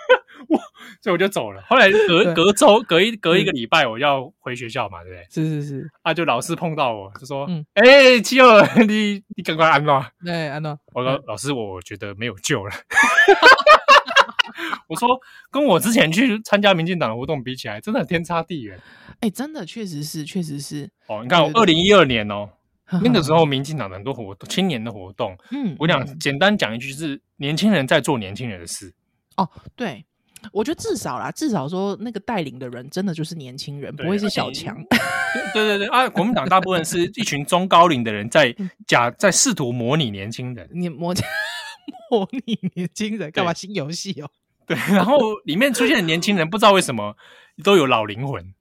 [SPEAKER 1] 所以我就走了。后来隔
[SPEAKER 2] 对嗯
[SPEAKER 1] 隔周隔一隔一个礼拜我要回学校嘛，对不对？
[SPEAKER 2] 是是是，
[SPEAKER 1] 啊，就老师碰到我就说
[SPEAKER 2] 嗯：“
[SPEAKER 1] 哎，七友， 你你赶快安了。”
[SPEAKER 2] 对，安诺，
[SPEAKER 1] 我说老师，我觉得没有救了。 我说跟我之前去参加民进党的活动比起来，真的天差地远
[SPEAKER 2] 哎，真的确实是，确实是。
[SPEAKER 1] 哦。你看，
[SPEAKER 2] 对
[SPEAKER 1] 二零一二年哦，那个时
[SPEAKER 2] 候，
[SPEAKER 1] 候民进党的很多活动，青年的活动，
[SPEAKER 2] 嗯，
[SPEAKER 1] 我想
[SPEAKER 2] 嗯
[SPEAKER 1] 简单讲一句，就是年轻人在做年轻人的事。
[SPEAKER 2] 对，我觉得至少啦，至少说那个带领的人真的就是年轻人，
[SPEAKER 1] 对啊
[SPEAKER 2] 不会是
[SPEAKER 1] 而且
[SPEAKER 2] 小强。
[SPEAKER 1] 对对对啊，国民党大部分是一群中高龄的人 在
[SPEAKER 2] 嗯
[SPEAKER 1] 假在试图模拟年轻人，
[SPEAKER 2] 你模 模拟年轻人干嘛
[SPEAKER 1] 对
[SPEAKER 2] 新游戏哦？
[SPEAKER 1] 对， 然后里面出现的年轻人不知道为什么都有老灵魂，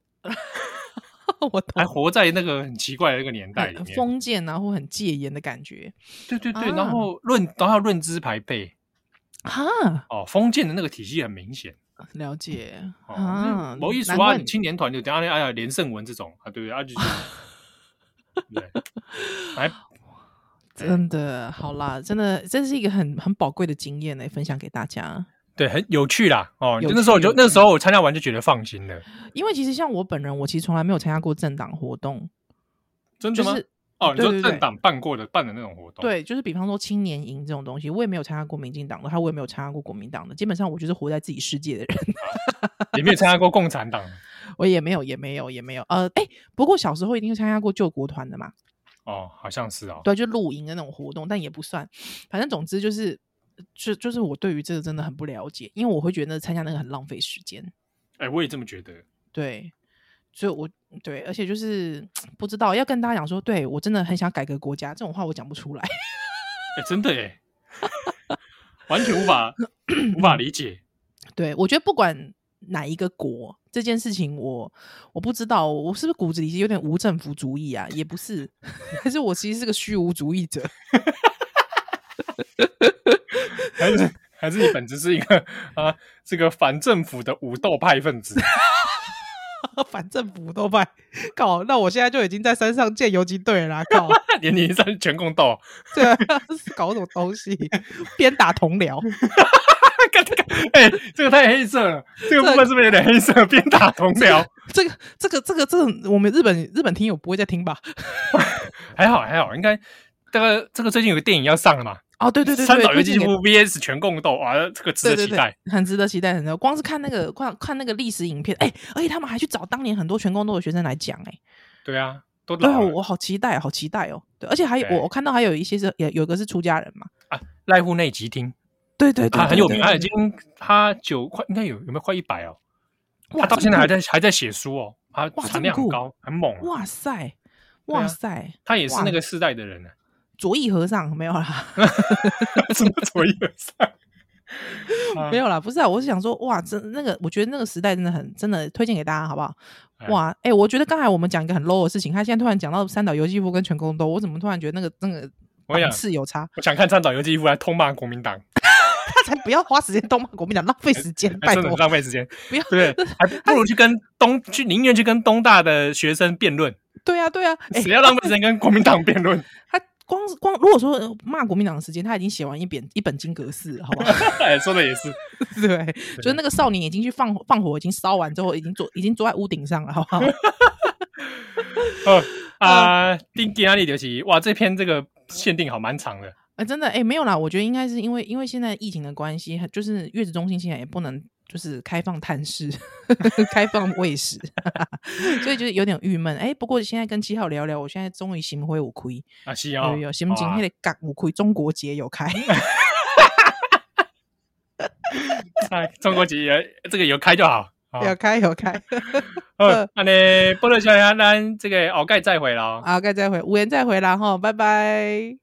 [SPEAKER 2] 我
[SPEAKER 1] 还
[SPEAKER 2] 懂。
[SPEAKER 1] 活在那个很奇怪的那个年代里
[SPEAKER 2] 很
[SPEAKER 1] 面。
[SPEAKER 2] 封建啊，或很戒严的感觉
[SPEAKER 1] 对对对，
[SPEAKER 2] 啊
[SPEAKER 1] 然后论然后论资排辈
[SPEAKER 2] 啊，
[SPEAKER 1] 哦，封建的那个体系很明显
[SPEAKER 2] 了解
[SPEAKER 1] 哦
[SPEAKER 2] 啊。。
[SPEAKER 1] 某一
[SPEAKER 2] 难
[SPEAKER 1] 说啊，
[SPEAKER 2] 怪
[SPEAKER 1] 你青年团就讲哎呀连胜文这种啊，对不对？啊就是 对，哎，
[SPEAKER 2] 真的好啦，真的这是一个很很宝贵的经验来分享给大家。
[SPEAKER 1] 对，很有趣啦哦。
[SPEAKER 2] 有
[SPEAKER 1] 就那时候我
[SPEAKER 2] 趣
[SPEAKER 1] 就
[SPEAKER 2] 有
[SPEAKER 1] 那时候我参加完就觉得放心了，
[SPEAKER 2] 因为其实像我本人，我其实从来没有参加过政党活动，
[SPEAKER 1] 真
[SPEAKER 2] 就
[SPEAKER 1] 的吗？
[SPEAKER 2] 是
[SPEAKER 1] 哦，你
[SPEAKER 2] 对
[SPEAKER 1] 说
[SPEAKER 2] 对
[SPEAKER 1] 政
[SPEAKER 2] 对
[SPEAKER 1] 党办过的办的那种活动，，
[SPEAKER 2] 对，就是比方说青年营这种东西，我也没有参加过民进党的，还有我也没有参加过国民党的，基本上我就是活在自己世界的人，
[SPEAKER 1] 也没有参加过共产党
[SPEAKER 2] 我也没有，也没有，也没有。呃，哎，不过小时候一定参加过救国团的嘛，
[SPEAKER 1] 哦，好像是哦。
[SPEAKER 2] 对，就露营的那种活动，但也不算。反正总之就是，就就是我对于这个真的很不了解，因为我会觉得参加那个很浪费时间。
[SPEAKER 1] 哎，我也这么觉得。
[SPEAKER 2] 对，所以我对，而且就是不知道要跟大家讲说，对我真的很想改革国家，这种话我讲不出来。
[SPEAKER 1] 哎，真的哎， 完全无 法无法理解。
[SPEAKER 2] 对我觉得不管哪一个国这件事情我，我不知道我是不是骨子里有点无政府主义啊，也不是， 还是我其实是个虚无主义者。
[SPEAKER 1] 还是还是你本质是一个啊，这个反政府的武斗派分子。
[SPEAKER 2] 反政府都拜，靠！那我现在就已经在山上建游击队了啦，靠！
[SPEAKER 1] 你你在全共斗，
[SPEAKER 2] 对啊， 是搞什么东西？边打同僚，
[SPEAKER 1] 干这个 哎，这个太黑色了，这个部分是不是有点黑色？ 边打同僚，
[SPEAKER 2] 这个、这个、这个、这个，我们日本日本听友不会再听吧？
[SPEAKER 1] 还好还好，应该。这个这个最近有个电影要上了嘛？
[SPEAKER 2] 哦，对对对对，
[SPEAKER 1] 三岛由
[SPEAKER 2] 最近
[SPEAKER 1] 纪
[SPEAKER 2] 也
[SPEAKER 1] 夫 VS 全共斗啊，这个值
[SPEAKER 2] 对
[SPEAKER 1] 得
[SPEAKER 2] 对
[SPEAKER 1] 期
[SPEAKER 2] 对，
[SPEAKER 1] 待。
[SPEAKER 2] 很值得期待，很值得。光是看那个看看那个历史影片，哎、而且他们还去找当年很多全工都的学生来讲、哎，
[SPEAKER 1] 对啊，都
[SPEAKER 2] 对啊，
[SPEAKER 1] 老了
[SPEAKER 2] 我好期待，好期待哦。对，而且还有
[SPEAKER 1] 对
[SPEAKER 2] 我我看到还有一些是有有一个是出家人嘛，
[SPEAKER 1] 濑户内吉町，
[SPEAKER 2] 对对对
[SPEAKER 1] 他啊很有名，
[SPEAKER 2] 对
[SPEAKER 1] 他已经他九快应该有有没有快一百哦？
[SPEAKER 2] 哇
[SPEAKER 1] 他到
[SPEAKER 2] 这么
[SPEAKER 1] 现在还
[SPEAKER 2] 酷
[SPEAKER 1] 在还在写书哦，他
[SPEAKER 2] 哇这
[SPEAKER 1] 产
[SPEAKER 2] 么
[SPEAKER 1] 量很
[SPEAKER 2] 酷
[SPEAKER 1] 高，很猛啊。
[SPEAKER 2] 哇塞
[SPEAKER 1] 对啊
[SPEAKER 2] 哇塞，
[SPEAKER 1] 他也是
[SPEAKER 2] 哇
[SPEAKER 1] 那个世代的人呢。
[SPEAKER 2] 左翼和尚没有啦，
[SPEAKER 1] 嗯什么左一和尚？啊
[SPEAKER 2] 没有啦，不是啊，我是想说，哇，真那个，我觉得那个时代真的很，真的推荐给大家，好不好？
[SPEAKER 1] 哎
[SPEAKER 2] 哇，哎、我觉得刚才我们讲一个很 low 的事情，他现在突然讲到三岛由纪夫跟全宫都，我怎么突然觉得那个那个
[SPEAKER 1] 我跟你
[SPEAKER 2] 档
[SPEAKER 1] 讲
[SPEAKER 2] 次有差？
[SPEAKER 1] 我想看三岛由纪夫来痛骂国民党，
[SPEAKER 2] 他才不要花时间动骂国民党，浪费时间，
[SPEAKER 1] 哎
[SPEAKER 2] 拜
[SPEAKER 1] 真的
[SPEAKER 2] 托
[SPEAKER 1] 很，浪费时间，
[SPEAKER 2] 不要
[SPEAKER 1] 对不对？还不如去跟东去，宁愿去跟东大的学生辩论，
[SPEAKER 2] 对啊，对啊，哎、
[SPEAKER 1] 谁要浪费时间跟国民党辩论？
[SPEAKER 2] 他光是光如果说呃骂国民党的时间，他已经写完一本一本金格式了，好不好？
[SPEAKER 1] 哎，说的也是，
[SPEAKER 2] 对，就是那个少年已经去放火放火，已经烧完之后，已经坐已经坐在屋顶上了，好不 好？
[SPEAKER 1] 哦啊，
[SPEAKER 2] 嗯
[SPEAKER 1] 丁丁阿里就是哇，这篇这个限定好蛮长的，
[SPEAKER 2] 哎、真的哎、没有啦，我觉得应该是因为因为现在疫情的关系，就是月子中心现在也不能就是开放探视、 开放喂食， 所以就是有点郁闷。哎、不过现在跟七号聊聊，我现在终于心灰我亏，
[SPEAKER 1] 啊，是
[SPEAKER 2] 有
[SPEAKER 1] 哦，
[SPEAKER 2] 有有心情
[SPEAKER 1] 哇
[SPEAKER 2] 那个港我亏，中国节有开，
[SPEAKER 1] 哎，中国籍也这个有开就好。好
[SPEAKER 2] 有开有开。
[SPEAKER 1] 好，那
[SPEAKER 2] 啊
[SPEAKER 1] 呢，波乐小鸭，咱这个鳌盖再会了哦。
[SPEAKER 2] 好，该再回，无言再回啦哈，拜拜。